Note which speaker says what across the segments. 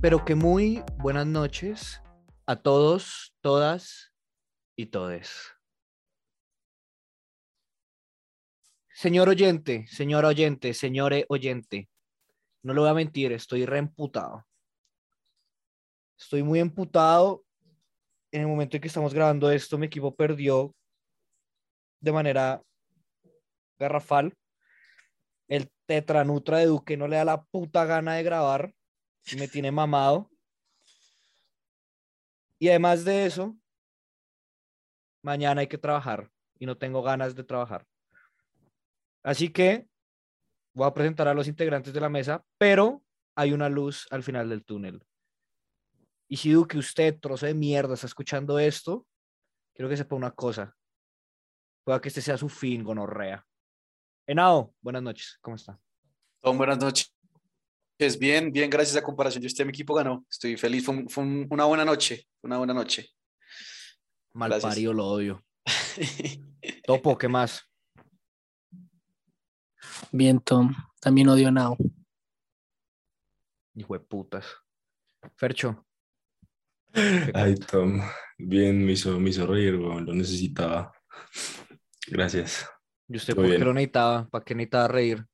Speaker 1: pero que muy buenas noches a todos, todas y todes. Señor oyente, señor oyente, señore oyente, no lo voy a mentir, estoy reemputado. Estoy muy emputado. En el momento en que estamos grabando esto, mi equipo perdió de manera garrafal. El tetranutra de Duque no le da la puta gana de grabar. Me tiene mamado. Y además de eso, mañana hay que trabajar y no tengo ganas de trabajar. Así que voy a presentar a los integrantes de la mesa, pero hay una luz al final del túnel. Y si Duque, usted, trozo de mierda, está escuchando esto, quiero que sepa una cosa. Pueda que este sea su fin, gonorrea. Henao, buenas noches, ¿cómo está?
Speaker 2: Tom, buenas noches. Bien, bien, gracias a comparación de usted, mi equipo ganó. Estoy feliz, fue, un- fue un- una buena noche, una buena noche.
Speaker 1: Mal
Speaker 2: Gracias.
Speaker 1: parido, lo odio. Topo, ¿qué más?
Speaker 3: Bien, Tom. También odio a Nao.
Speaker 1: Hijo de putas. Fercho.
Speaker 4: Ay, Tom, bien, me hizo, me hizo reír, weón, lo necesitaba. Gracias.
Speaker 1: ¿Y usted
Speaker 4: Muy
Speaker 1: por qué
Speaker 4: bien.
Speaker 1: lo necesitaba? ¿Para qué necesitaba reír?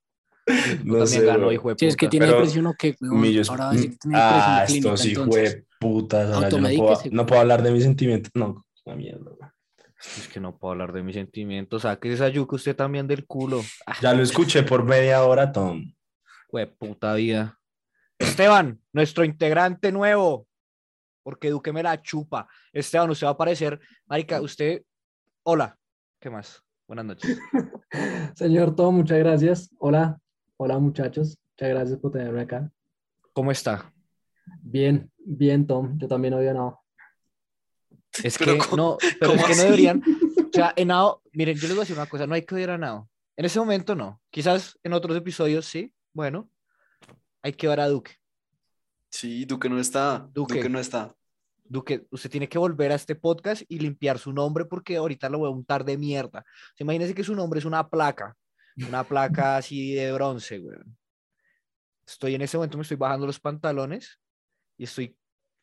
Speaker 4: No
Speaker 1: También
Speaker 4: sé,
Speaker 1: ganó,
Speaker 4: weón.
Speaker 1: hijo de puta.
Speaker 3: Si es que tiene
Speaker 4: Pero-
Speaker 3: depresión o qué, weón.
Speaker 4: Millos-
Speaker 3: Ahora va a decir que tiene
Speaker 4: Ah,
Speaker 3: depresión clínica,
Speaker 4: estos hijos
Speaker 3: entonces.
Speaker 4: de putas, ahora yo no puedo,
Speaker 3: Automedíquese,
Speaker 4: no puedo hablar de mis sentimientos. No, la mierda, weón.
Speaker 1: Es que no puedo hablar de mis sentimientos. Saque esa yuca usted también del culo.
Speaker 3: Ah,
Speaker 4: Ya lo escuché por media hora, Tom.
Speaker 1: Hijo de puta vida. Esteban, nuestro integrante nuevo. Porque Duque me la chupa. Esteban, usted va a aparecer. Marica, usted. Hola. ¿Qué más? Buenas noches.
Speaker 5: Señor Tom, muchas gracias. Hola, hola muchachos. Muchas gracias por tenerme acá.
Speaker 1: ¿Cómo está?
Speaker 5: Bien, bien, Tom. Yo también odio no.
Speaker 1: Es
Speaker 2: Pero
Speaker 1: que
Speaker 2: ¿cómo-
Speaker 1: no, pero es
Speaker 2: cómo
Speaker 1: que no
Speaker 2: así?
Speaker 1: deberían. O sea, Henao, miren, yo les voy a decir una cosa, no hay que odiar a Henao. En ese momento no. Quizás en otros episodios sí. Bueno, hay que odiar a Duque.
Speaker 2: Sí, Duque no está,
Speaker 1: Duque.
Speaker 2: Duque, no está.
Speaker 1: Duque, usted tiene que volver a este podcast y limpiar su nombre porque ahorita lo voy a untar de mierda. O sea, imagínese que su nombre es una placa, una placa así de bronce, güey. Estoy en ese momento, me estoy bajando los pantalones y estoy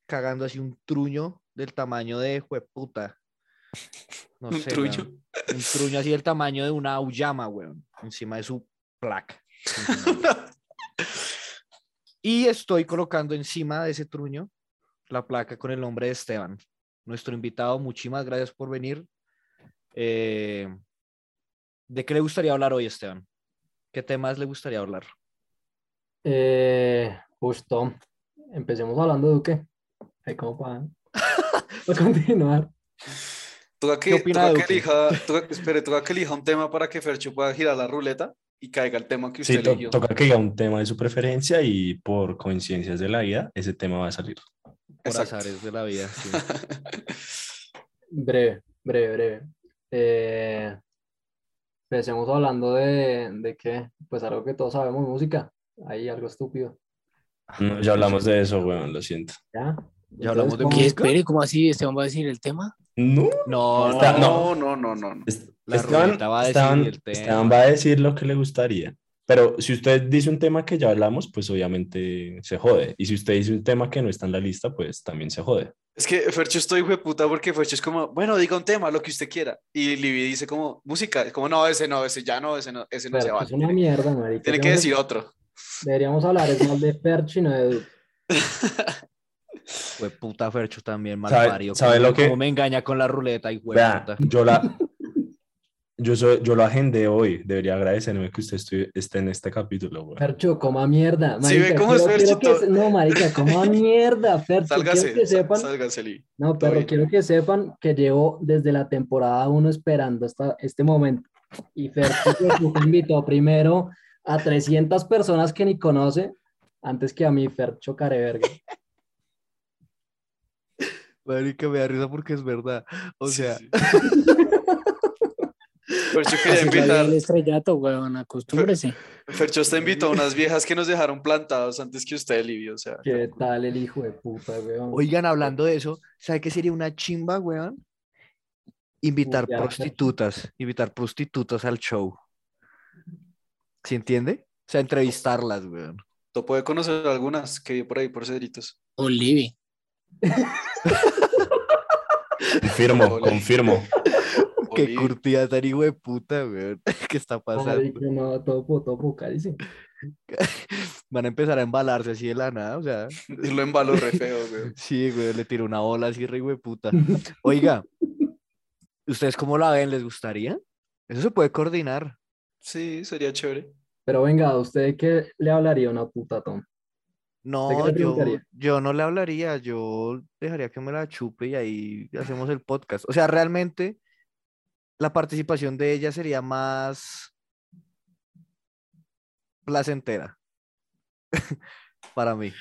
Speaker 1: cagando así un truño del tamaño de jueputa. No
Speaker 2: un
Speaker 1: sé,
Speaker 2: truño.
Speaker 1: weón. Un truño así del tamaño de una auyama, weón, encima de su placa. Y estoy colocando encima de ese truño la placa con el nombre de Esteban, nuestro invitado. Muchísimas gracias por venir. Eh, ¿De qué le gustaría hablar hoy, Esteban? ¿Qué temas le gustaría hablar?
Speaker 5: Eh, pues Tom, empecemos hablando de Duque. Ahí como para, para continuar.
Speaker 2: Toca que,
Speaker 1: ¿Qué opina
Speaker 2: toca
Speaker 1: Duque?
Speaker 2: que elija, toca que- espere, toca que elija un tema para que Fercho pueda girar la ruleta y caiga el tema que usted
Speaker 4: Sí, to-
Speaker 2: eligió.
Speaker 4: toca que diga un tema de su preferencia y por coincidencias de la vida, ese tema va a salir.
Speaker 1: Por
Speaker 2: Exacto.
Speaker 1: azares de la vida. sí.
Speaker 5: Breve, breve, breve. Eh, empecemos hablando de, de qué, pues algo que todos sabemos, música. Ahí algo estúpido.
Speaker 3: Ah,
Speaker 4: No, ya hablamos de eso, weón, lo siento.
Speaker 5: ¿Ya?
Speaker 1: Ya hablamos de
Speaker 5: Entonces,
Speaker 3: ¿Qué
Speaker 1: música.
Speaker 3: espere? ¿Cómo así? ¿Este hombre va a decir el tema?
Speaker 4: No,
Speaker 1: No,
Speaker 4: Está-
Speaker 1: no,
Speaker 2: no, no, no, no, no.
Speaker 4: Es-
Speaker 1: La
Speaker 4: Esteban,
Speaker 1: ruleta va a
Speaker 4: Esteban-
Speaker 1: decidir el tema.
Speaker 4: Esteban va a decir lo que le gustaría. Pero si usted dice un tema que ya hablamos, pues obviamente se jode. Y si usted dice un tema que no está en la lista, pues también se jode.
Speaker 2: Es que Fercho estoy hijo de puta porque Fercho es como, bueno, diga un tema, lo que usted quiera. Y Libby dice como, música. Es como, no, ese no, ese ya no, ese no, ese no se
Speaker 5: Fercho
Speaker 2: vale.
Speaker 5: es pues, una
Speaker 2: Tiene,
Speaker 5: mierda, marica.
Speaker 2: tiene
Speaker 5: Yo
Speaker 2: que
Speaker 5: no sé-
Speaker 2: decir otro.
Speaker 5: Deberíamos hablar es más de Ferchi, no de Duque.
Speaker 1: Fue puta Fercho también, mal
Speaker 4: ¿Sabe-
Speaker 1: parido.
Speaker 4: sabe
Speaker 1: ¿Cómo-
Speaker 4: lo que-
Speaker 1: cómo me engaña con la ruleta y
Speaker 4: Vea,
Speaker 1: puta.
Speaker 4: yo la. Yo, soy- yo lo agendé hoy. Debería agradecerme que usted estu- esté en este capítulo, weón.
Speaker 5: Fercho, coma mierda.
Speaker 2: Sí, ve cómo es
Speaker 5: quiero- quiero
Speaker 2: Fercho,
Speaker 5: que
Speaker 2: todo-
Speaker 5: se- No, marica, coma mierda, Fercho.
Speaker 2: Sálgase,
Speaker 5: quiero que
Speaker 2: sá-
Speaker 5: sepan,
Speaker 2: sálgase, Libby.
Speaker 5: no,
Speaker 2: todo
Speaker 5: pero
Speaker 2: bien.
Speaker 5: quiero que sepan que llevo desde la temporada 1 esperando hasta este momento. Y Fercho pues, me invitó primero a 300 personas que ni conoce, antes que a mí, Fercho Careverga.
Speaker 1: Marica, me da risa porque es verdad. O
Speaker 2: Sí,
Speaker 1: sea,
Speaker 2: sí.
Speaker 1: Ah,
Speaker 2: Fercho quería
Speaker 3: Así salió
Speaker 2: invitar.
Speaker 3: el estrellato, weón. Acostúmbrese.
Speaker 2: Fercho está invitó a unas viejas que nos dejaron plantados antes que usted, Libby. O sea,
Speaker 5: ¿Qué tal el hijo de puta, weón?
Speaker 1: Oigan, hablando de eso, ¿sabe qué sería una chimba, weón? Invitar
Speaker 5: ya.
Speaker 1: prostitutas, invitar prostitutas al show. ¿Se entiende? O sea, entrevistarlas, weón.
Speaker 2: tú puede conocer algunas que vi por ahí por Cedritos.
Speaker 3: Olivi.
Speaker 4: Confirmo,
Speaker 2: Ole.
Speaker 4: confirmo.
Speaker 1: Qué
Speaker 2: Oli.
Speaker 1: curtida tan hijo de puta, weón. ¿Qué está pasando?
Speaker 5: Marica, no, topo, topo, carísimo.
Speaker 1: Van a empezar a embalarse así de la nada, o sea.
Speaker 2: Lo embaló re feo, güey.
Speaker 1: Sí, güey, le tiró una bola así, re hijo de puta. Oiga, ¿ustedes cómo la ven? ¿Les gustaría? Eso se puede coordinar.
Speaker 2: Sí, sería chévere.
Speaker 5: Pero venga, ¿a usted qué le hablaría una puta, Tom?
Speaker 1: No, yo,
Speaker 5: preguntaría?
Speaker 1: yo no le hablaría, yo dejaría que me la chupe y ahí hacemos el podcast. O sea, realmente la participación de ella sería más placentera para mí.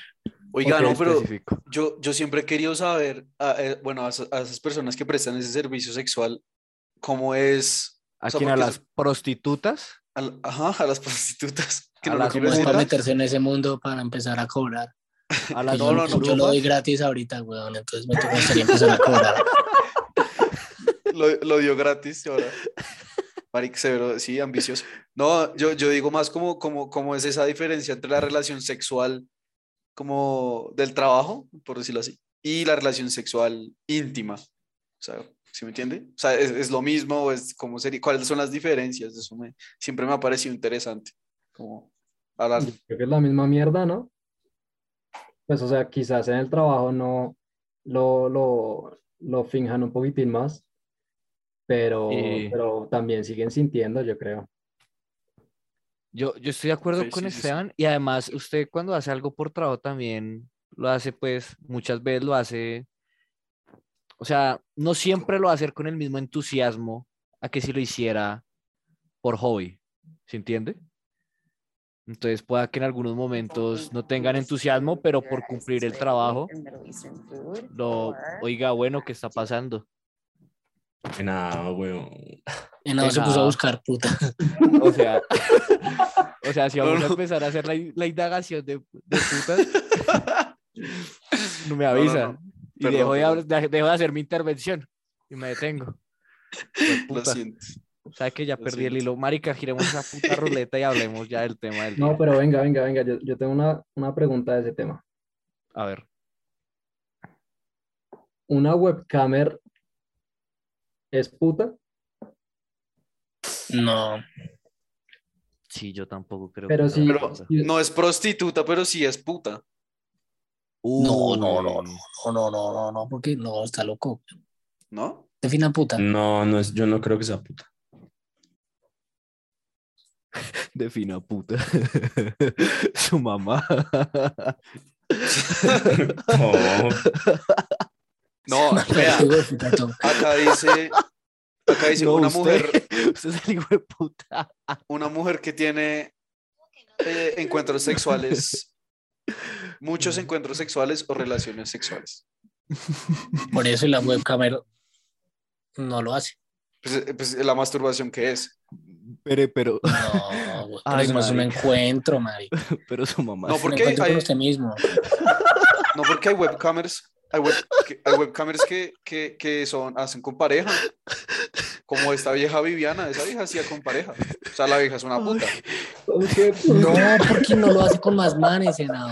Speaker 2: Oiga,
Speaker 1: Ok,
Speaker 2: no, pero
Speaker 1: específico.
Speaker 2: yo, yo siempre he querido saber, a- eh, bueno, a, esas- a esas personas que prestan ese servicio sexual, cómo es,
Speaker 1: ¿A
Speaker 2: o sea,
Speaker 1: quién? ¿A
Speaker 2: porque
Speaker 1: las prostitutas?
Speaker 2: al- ajá, a las prostitutas. Que
Speaker 1: A
Speaker 2: no lo
Speaker 1: las
Speaker 2: quiero
Speaker 3: Como es
Speaker 2: decir.
Speaker 3: para
Speaker 1: putas?
Speaker 3: meterse en ese mundo para empezar a cobrar.
Speaker 1: ¿A las
Speaker 3: Y
Speaker 2: no,
Speaker 3: yo,
Speaker 2: no,
Speaker 3: yo lo
Speaker 1: churufas?
Speaker 3: doy gratis ahorita, weón. Entonces me gustaría empezar a cobrar.
Speaker 2: Lo, lo dio gratis y ahora. Maric severo, sí, ambicioso. No, yo, yo digo más como, como, como es esa diferencia entre la relación sexual como del trabajo, por decirlo así, y la relación sexual íntima. O sea, ¿sí me entiende? O sea, ¿es, es lo mismo? o ¿Es cómo sería? ¿Cuáles son las diferencias? Eso me, siempre me ha parecido interesante. Como hablar.
Speaker 5: Creo que es la misma mierda, ¿no? Pues, o sea, quizás en el trabajo no lo, lo, lo finjan un poquitín más, pero,
Speaker 1: Eh.
Speaker 5: pero también siguen sintiendo, yo creo.
Speaker 1: Yo, yo estoy de acuerdo
Speaker 2: Sí,
Speaker 1: con
Speaker 2: sí, sí, sí.
Speaker 1: Esteban y además usted cuando hace algo por trabajo también lo hace pues muchas veces lo hace, o sea, no siempre lo va a hacer con el mismo entusiasmo a que si lo hiciera por hobby, ¿se entiende? Entonces pueda que en algunos momentos no tengan entusiasmo, pero por cumplir el trabajo, lo, oiga, bueno, ¿qué está pasando?
Speaker 4: Nada, weón.
Speaker 3: En nada se
Speaker 1: Venga.
Speaker 3: puso a buscar, puta.
Speaker 1: O sea, o sea, si
Speaker 2: No,
Speaker 1: vamos a
Speaker 2: no.
Speaker 1: empezar a hacer la, in- la indagación de, de putas, no me
Speaker 2: No, no,
Speaker 1: avisan.
Speaker 2: no,
Speaker 1: Y
Speaker 2: Perdón,
Speaker 1: dejo, de,
Speaker 2: perdón.
Speaker 1: hablar- de- dejo de hacer mi intervención y me detengo.
Speaker 2: Lo
Speaker 1: Puta,
Speaker 2: siento.
Speaker 1: ¿Sabes que ya
Speaker 2: lo
Speaker 1: perdí el
Speaker 2: siento.
Speaker 1: hilo? Marica, giremos esa puta ruleta y hablemos ya del tema del
Speaker 5: No,
Speaker 1: día.
Speaker 5: pero venga, venga, venga, yo, yo tengo una, una pregunta de ese tema.
Speaker 1: A ver,
Speaker 5: ¿Una webcamer es puta?
Speaker 3: No.
Speaker 1: sí, yo tampoco creo.
Speaker 5: Pero
Speaker 1: que
Speaker 5: sí,
Speaker 1: sea puta.
Speaker 5: sí,
Speaker 2: No es prostituta, pero sí es puta.
Speaker 3: No, Uh, no, no, no, no, no, no, no, no, Mm. porque no, está loco.
Speaker 2: ¿No?
Speaker 3: Defina puta.
Speaker 4: No, no es, yo no creo que sea puta.
Speaker 1: De fina puta. Su mamá.
Speaker 4: No,
Speaker 2: No, vea,
Speaker 3: Hijo de puta, Tom.
Speaker 2: acá dice, acá dice
Speaker 1: No,
Speaker 2: Pues,
Speaker 1: usted.
Speaker 2: una mujer.
Speaker 1: Usted es el hijo de puta.
Speaker 2: una mujer que tiene eh, encuentros sexuales, muchos encuentros sexuales o relaciones sexuales.
Speaker 3: Por eso la webcamer no lo hace.
Speaker 2: Pues, eh, pues, la masturbación que es.
Speaker 1: Pero, pero,
Speaker 3: No, güey, pero
Speaker 1: Ay,
Speaker 3: eso no es un
Speaker 1: marica.
Speaker 3: encuentro, Mari.
Speaker 1: pero su mamá.
Speaker 2: No,
Speaker 3: Es un
Speaker 2: porque
Speaker 3: encuentro
Speaker 2: hay-
Speaker 3: con usted mismo.
Speaker 2: No porque hay webcamers, hay, web- que- hay webcamers que, que, que son, hacen con pareja. Como esta vieja Viviana, esa vieja hacía con pareja. O sea, la vieja es una puta.
Speaker 3: No, porque no lo hace con más manes, senado.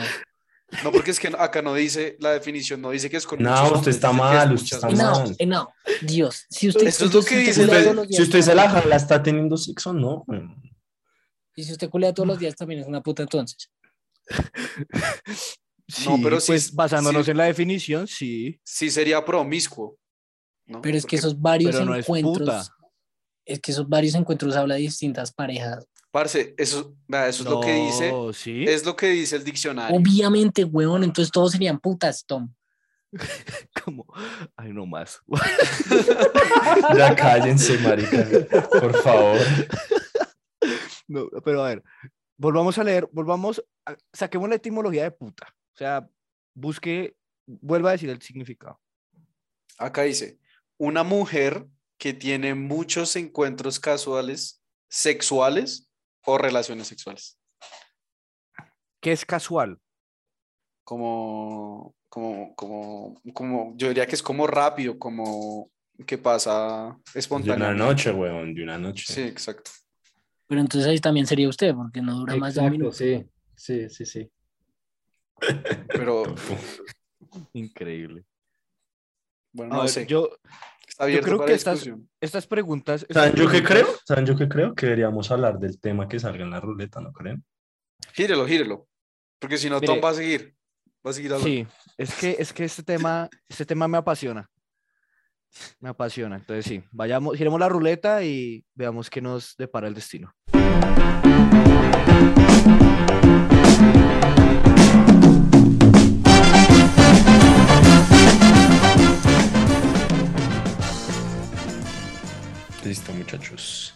Speaker 2: No porque es que acá no dice, la definición no dice que es con
Speaker 4: No,
Speaker 2: muchos
Speaker 4: usted
Speaker 2: hombres, dice
Speaker 4: está
Speaker 2: que es
Speaker 4: mal, usted
Speaker 2: muchas
Speaker 4: está
Speaker 2: veces.
Speaker 3: No,
Speaker 4: mal.
Speaker 3: no, Dios. Si usted,
Speaker 2: Eso es lo que
Speaker 3: si
Speaker 2: dice,
Speaker 3: usted culea
Speaker 2: entonces,
Speaker 3: todos los días,
Speaker 4: pues, si usted se la jala, está teniendo sexo, no. weón.
Speaker 3: Y si usted culea todos los días, también es una puta entonces.
Speaker 1: no,
Speaker 2: No,
Speaker 1: pero
Speaker 2: pero
Speaker 1: sí,
Speaker 2: sí-
Speaker 1: pues basándonos
Speaker 2: sí.
Speaker 1: en la definición, sí.
Speaker 2: Sí sería promiscuo. ¿no?
Speaker 3: Pero es
Speaker 2: Porque
Speaker 3: que esos varios
Speaker 1: Pero no es
Speaker 3: encuentros.
Speaker 1: puta.
Speaker 3: Es, que esos varios encuentros habla de distintas parejas.
Speaker 2: Parce, eso, vea, eso es lo que dice.
Speaker 1: No, Sí.
Speaker 2: Es lo que dice el diccionario.
Speaker 3: Obviamente, huevón, entonces todos serían putas, Tom.
Speaker 1: Como, ay, no más.
Speaker 4: Ya cállense, marica. Por favor.
Speaker 1: No, pero a ver, volvamos a leer, volvamos, a- saquemos la etimología de puta. O sea, busque, vuelva a decir el significado.
Speaker 2: Acá dice, una mujer que tiene muchos encuentros casuales, sexuales o relaciones sexuales.
Speaker 1: ¿Qué es casual?
Speaker 2: Como, como, como, como, yo diría que es como rápido, como que pasa
Speaker 4: De una
Speaker 2: espontáneamente.
Speaker 4: noche, weón, de una noche.
Speaker 2: Sí, exacto.
Speaker 3: Pero entonces ahí también sería usted, porque no dura más de un
Speaker 5: Exacto,
Speaker 3: minuto.
Speaker 5: sí, sí, sí, sí.
Speaker 2: Pero,
Speaker 1: Increíble.
Speaker 2: Bueno,
Speaker 1: A
Speaker 2: no
Speaker 1: ver,
Speaker 2: sé.
Speaker 1: Yo,
Speaker 2: Está abierto
Speaker 1: creo
Speaker 2: para
Speaker 1: que estás-
Speaker 2: discusión.
Speaker 1: estas preguntas.
Speaker 4: ¿Saben
Speaker 1: estas
Speaker 4: yo qué creo?
Speaker 1: preguntas-
Speaker 4: ¿Saben yo qué creo? Que deberíamos hablar del tema que salga en la ruleta, ¿no creen?
Speaker 2: Gírelo, gírelo. Porque si no,
Speaker 1: Mire.
Speaker 2: Tom va a seguir. Va a seguir hablando.
Speaker 1: Sí, es que, es que este, tema, este tema me apasiona. Me apasiona. Entonces, sí, vayamos, giremos la ruleta y veamos qué nos depara el destino.
Speaker 4: Listo, muchachos.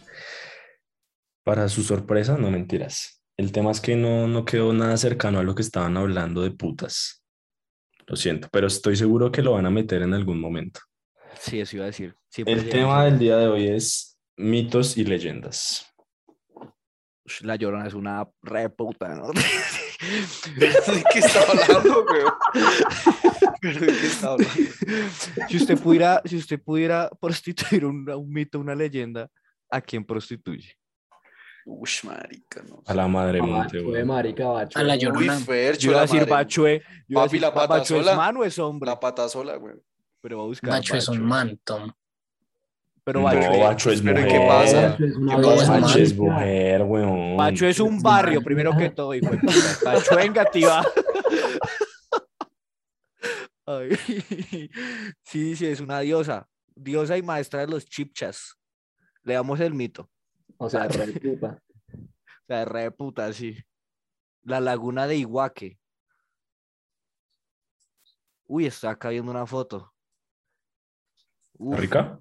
Speaker 4: Para su sorpresa, no mentiras. El tema es que no, no quedó nada cercano a lo que estaban hablando de putas. Lo siento, pero estoy seguro que lo van a meter en algún momento.
Speaker 1: Sí, pues, eso iba a decir. Siempre
Speaker 4: El
Speaker 1: llega
Speaker 4: tema
Speaker 1: eso.
Speaker 4: del día de hoy es mitos y leyendas.
Speaker 1: Ush, La llorona es una reputa, ¿no?
Speaker 2: ¿De qué está hablando, weón? ¿Pero de qué está hablando?
Speaker 1: si, usted pudiera, si usted pudiera prostituir un, un mito, una leyenda, ¿a quién prostituye?
Speaker 2: Uy, marica, no.
Speaker 4: A la madre monte,
Speaker 5: Bachue,
Speaker 4: weón.
Speaker 5: marica, bachue.
Speaker 3: A la
Speaker 2: Uy,
Speaker 3: llorona.
Speaker 2: Fercho,
Speaker 1: Yo iba a
Speaker 2: la
Speaker 1: decir
Speaker 2: Pues madre.
Speaker 1: Bachue. Yo iba a
Speaker 2: Papi,
Speaker 1: decir,
Speaker 2: la pata
Speaker 1: ¿Bachue
Speaker 2: sola.
Speaker 1: es man o es hombre?
Speaker 2: La pata sola, weón.
Speaker 1: Pero va a buscar
Speaker 3: Macho es un
Speaker 1: Bachue.
Speaker 3: man, Tom.
Speaker 1: Pero
Speaker 4: No,
Speaker 1: Bachue.
Speaker 4: Bacho es
Speaker 2: Pero ¿y
Speaker 4: mujer.
Speaker 2: qué pasa?
Speaker 5: Bachue es una
Speaker 2: ¿Qué
Speaker 5: vieja,
Speaker 3: pasa,
Speaker 4: Bacho es
Speaker 5: marica.
Speaker 4: mujer, weón.
Speaker 1: Bachue es un barrio, primero que todo, hijo de puta. Bachue en Gativá. Ay, Sí, sí, es una diosa. Diosa y maestra de los chipchas. Le damos el mito.
Speaker 5: O sea, re puta.
Speaker 1: O sea, re puta, sí. La laguna de Iguaque. Uy, está acá viendo una foto. Uf,
Speaker 4: ¿Rica?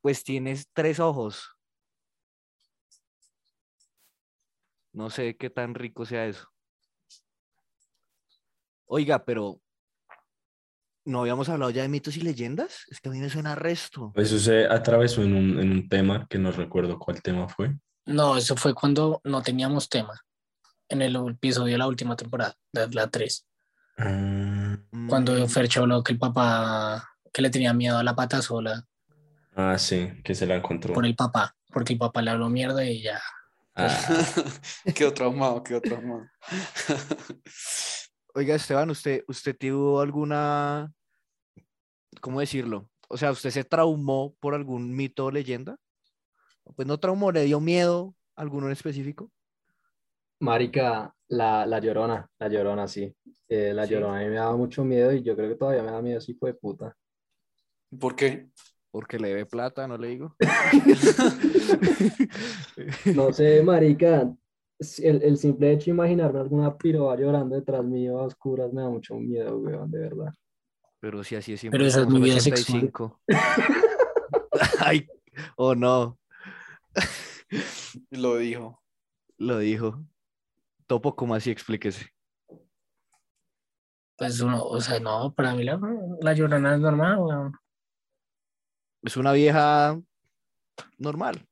Speaker 1: Pues tienes tres ojos. No sé qué tan rico sea eso. Oiga, pero ¿no habíamos hablado ya de mitos y leyendas? Es que a mí me suena resto.
Speaker 4: Eso se eh, atravesó en un, en un tema que no recuerdo cuál tema fue.
Speaker 3: No, eso fue cuando no teníamos tema. En el episodio de la última temporada, la- la 3.
Speaker 4: Ah,
Speaker 3: Cuando
Speaker 1: Mm,
Speaker 3: Fercho habló que el papá, que le tenía miedo a la pata sola
Speaker 4: ah, sí, que se la encontró.
Speaker 3: por el papá, porque el papá le habló mierda y ya.
Speaker 4: Ah,
Speaker 2: quedó traumado, quedó traumado.
Speaker 1: Oiga, Esteban, ¿usted, ¿usted tuvo alguna, cómo decirlo? O sea, ¿usted se traumó por algún mito o leyenda? Pues no traumó, le dio miedo a alguno en específico.
Speaker 5: Marica, la, la llorona, la llorona, sí. Eh, la
Speaker 1: Sí.
Speaker 5: llorona a mí me daba mucho miedo y yo creo que todavía me da miedo, sí, fue de puta.
Speaker 2: ¿Por qué?
Speaker 1: Porque le debe plata, no le digo.
Speaker 5: No sé, marica, si- el, el simple hecho de imaginarme alguna piroba llorando detrás mío a oscuras me da mucho miedo, weón, de verdad.
Speaker 1: Pero si así es siempre.
Speaker 3: Pero esa es
Speaker 1: estamos
Speaker 3: mi
Speaker 1: al
Speaker 3: vida sexual.
Speaker 1: 85. Ay, oh no,
Speaker 2: Lo dijo.
Speaker 1: lo dijo. Topo, como así? Explíquese.
Speaker 3: Pues uno, o sea, no, para mí la, la llorona es normal, weón.
Speaker 1: Es una vieja normal.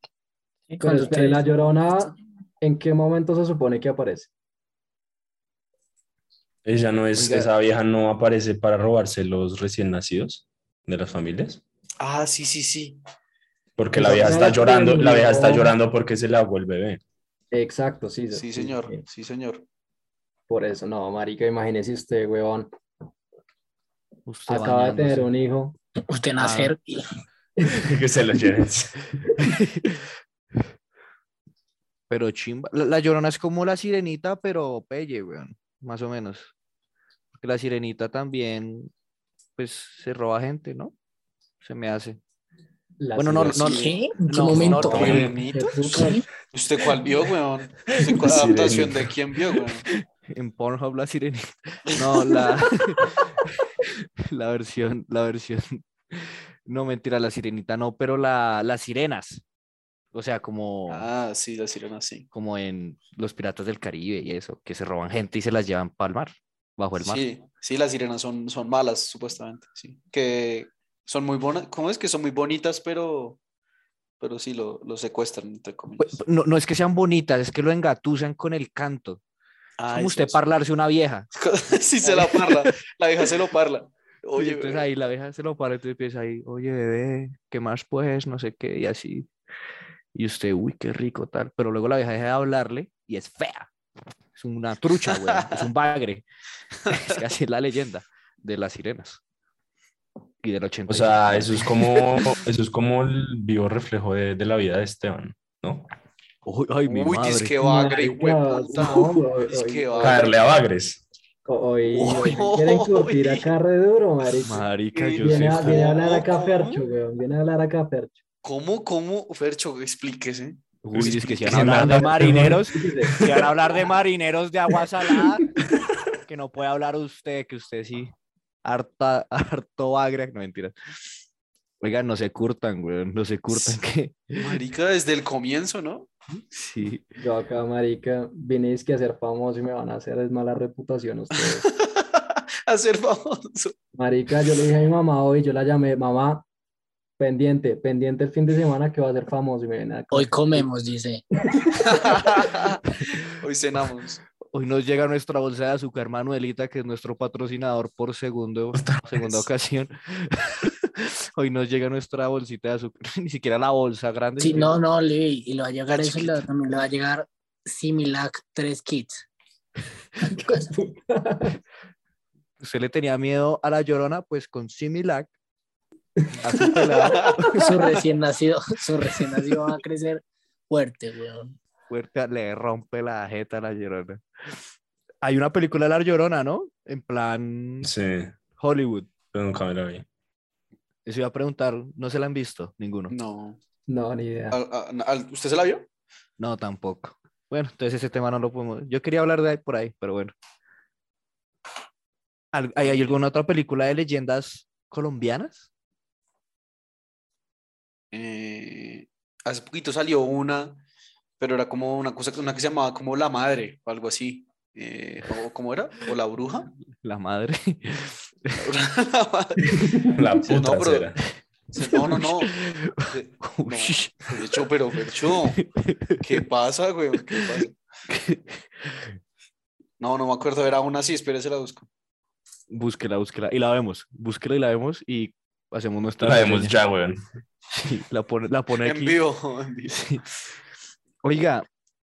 Speaker 3: Y
Speaker 1: pues,
Speaker 5: Pero
Speaker 3: cuando
Speaker 5: espere,
Speaker 3: usted-
Speaker 5: la llorona, ¿en qué momento se supone que aparece?
Speaker 4: ella no es,
Speaker 1: Oiga.
Speaker 4: esa vieja no aparece para robarse los recién nacidos de las familias.
Speaker 2: Ah, sí, sí, sí.
Speaker 4: Porque
Speaker 5: Esa
Speaker 4: la vieja
Speaker 5: señora
Speaker 4: está llorando, la vieja está
Speaker 5: murió.
Speaker 4: llorando porque se le ahogó el bebé.
Speaker 5: Exacto, sí.
Speaker 2: Sí, señor.
Speaker 5: sí,
Speaker 2: Sí, señor.
Speaker 5: Por eso, no, marica, imagínese usted, weón,
Speaker 1: Usted
Speaker 5: acaba de tener
Speaker 1: bañándose.
Speaker 5: un hijo.
Speaker 3: usted
Speaker 1: Ah.
Speaker 3: nacer y
Speaker 4: que se lo lleven.
Speaker 1: Pero chimba. La, la llorona es como la sirenita, pero pelle, weón. Más o menos. Porque la sirenita también, pues, se roba gente, ¿no? Se me hace.
Speaker 5: La
Speaker 1: Bueno, no,
Speaker 5: sirena.
Speaker 1: no,
Speaker 3: ¿Qué? ¿En qué
Speaker 1: No,
Speaker 3: momento?
Speaker 1: no,
Speaker 3: weón?
Speaker 2: Sirenita.
Speaker 3: ¿Qué?
Speaker 2: ¿Usted cuál vio, weón? ¿Usted cuál
Speaker 4: La
Speaker 2: adaptación
Speaker 4: sirenita.
Speaker 2: de quién vio, weón?
Speaker 1: En Pornhub la sirenita. No, la, la versión, la versión. No, mentira, la sirenita no, pero la, las sirenas. O sea, como,
Speaker 2: Ah, sí, la sirena, sí.
Speaker 1: como en los piratas del Caribe y eso, que se roban gente y se las llevan para el mar, bajo el mar.
Speaker 2: Sí, sí, las sirenas son, son malas, supuestamente. Sí. Que son muy buenas. ¿Cómo es que son muy bonitas, pero, pero sí lo, lo secuestran, entre comillas?
Speaker 1: Pues, No, no es que sean bonitas, es que lo engatusan con el canto. Es
Speaker 2: Ah,
Speaker 1: como
Speaker 2: eso
Speaker 1: usted
Speaker 2: es.
Speaker 1: parlarse una vieja.
Speaker 2: si se la parla, la vieja se lo parla.
Speaker 1: Oye,
Speaker 2: Oye, eh.
Speaker 1: entonces
Speaker 2: bebé,
Speaker 1: ahí la vieja se lo para, entonces empieza ahí, oye, bebé, ¿qué más pues? No sé qué, y así. Y usted, uy, qué rico tal. Pero luego la vieja deja de hablarle y es fea. Es una trucha, güey. es un bagre. es casi la leyenda. de las sirenas. Y del 80.
Speaker 4: O sea, eso es como, eso es como el vivo reflejo de, de la vida de Esteban, ¿no?
Speaker 1: Uy, ay, mi
Speaker 2: Uy,
Speaker 1: madre.
Speaker 2: es que bagre,
Speaker 5: Marica,
Speaker 2: hueputa.
Speaker 5: no, hoy-
Speaker 2: Es que
Speaker 5: hoy-
Speaker 2: bagre.
Speaker 4: Caerle a Bagres.
Speaker 5: Hoy, hoy
Speaker 2: Uy.
Speaker 5: quieren curtir acá re duro, marica.
Speaker 1: Marica, yo
Speaker 5: Viene, a-
Speaker 1: sé.
Speaker 5: viene a hablar
Speaker 2: ¿Cómo?
Speaker 5: acá Fercho, weón. Viene a hablar acá Fercho.
Speaker 2: ¿Cómo, cómo, Fercho, explíquese?
Speaker 1: Uy, es que si van a
Speaker 4: Explíquese
Speaker 1: hablar
Speaker 4: nada,
Speaker 1: de marineros,
Speaker 5: Dice,
Speaker 1: si van a hablar de marineros de agua salada, que no puede hablar usted, que usted sí, harta, harto agria, no mentira. Oigan, no se curtan, güey, no se curtan que
Speaker 2: Marica, desde el comienzo, ¿no?
Speaker 1: sí.
Speaker 5: Yo acá, marica, vine es que a ser famoso y me van a hacer es mala reputación ustedes.
Speaker 2: Hacer famoso.
Speaker 5: Marica, yo le dije a mi mamá hoy, yo la llamé, mamá, pendiente, pendiente el fin de semana que va a ser famoso y me viene acá.
Speaker 3: Hoy comemos, dice.
Speaker 2: Hoy cenamos.
Speaker 1: Hoy nos llega nuestra bolsa de azúcar Manuelita, que es nuestro patrocinador por segundo, segunda ocasión. Hoy nos llega nuestra bolsita de azúcar, ni siquiera la bolsa grande.
Speaker 3: Sí,
Speaker 1: sino-
Speaker 3: no, no, Levi, y le va a llegar eso y le, va- también le va a llegar Similac 3 kits. A tu casa.
Speaker 1: Usted le tenía miedo a la llorona, pues con Similac. A su pelado,
Speaker 3: Su recién nacido, su recién nacido va a crecer fuerte, weón.
Speaker 1: puerta, le rompe la jeta a la llorona. Hay una película de la llorona, ¿no? En plan
Speaker 4: Sí,
Speaker 1: Hollywood.
Speaker 4: pero nunca me la vi.
Speaker 1: Eso iba a preguntar, ¿no se la han visto? Ninguno.
Speaker 2: No.
Speaker 5: No, ni idea.
Speaker 2: Al- al- al- ¿Usted se la vio?
Speaker 1: No, tampoco. Bueno, entonces ese tema no lo podemos. Yo quería hablar de ahí por ahí, pero bueno. Al- ¿Hay, hay alguna otra película de leyendas colombianas?
Speaker 2: Eh, hace poquito salió una, pero era como una cosa, una que se llamaba como La Madre o algo así. Eh, o, ¿Cómo era? ¿O La Bruja?
Speaker 1: La madre.
Speaker 2: La madre.
Speaker 4: La
Speaker 2: Sí, no,
Speaker 4: puta
Speaker 2: pero-
Speaker 4: será.
Speaker 2: No, no, no. De-
Speaker 1: Uy,
Speaker 2: Fercho, pero Fercho, ¿qué pasa, güey? ¿Qué pasa? No, no me acuerdo, era una así, espérese la busco.
Speaker 1: Búsquela, búsquela. Y la vemos. Búsquela y la vemos y hacemos nuestra.
Speaker 4: La vemos
Speaker 1: reseña.
Speaker 4: ya, weón.
Speaker 1: Sí, la pone, la pone
Speaker 2: En
Speaker 1: aquí.
Speaker 2: vivo, en vivo.
Speaker 1: Sí. Oiga,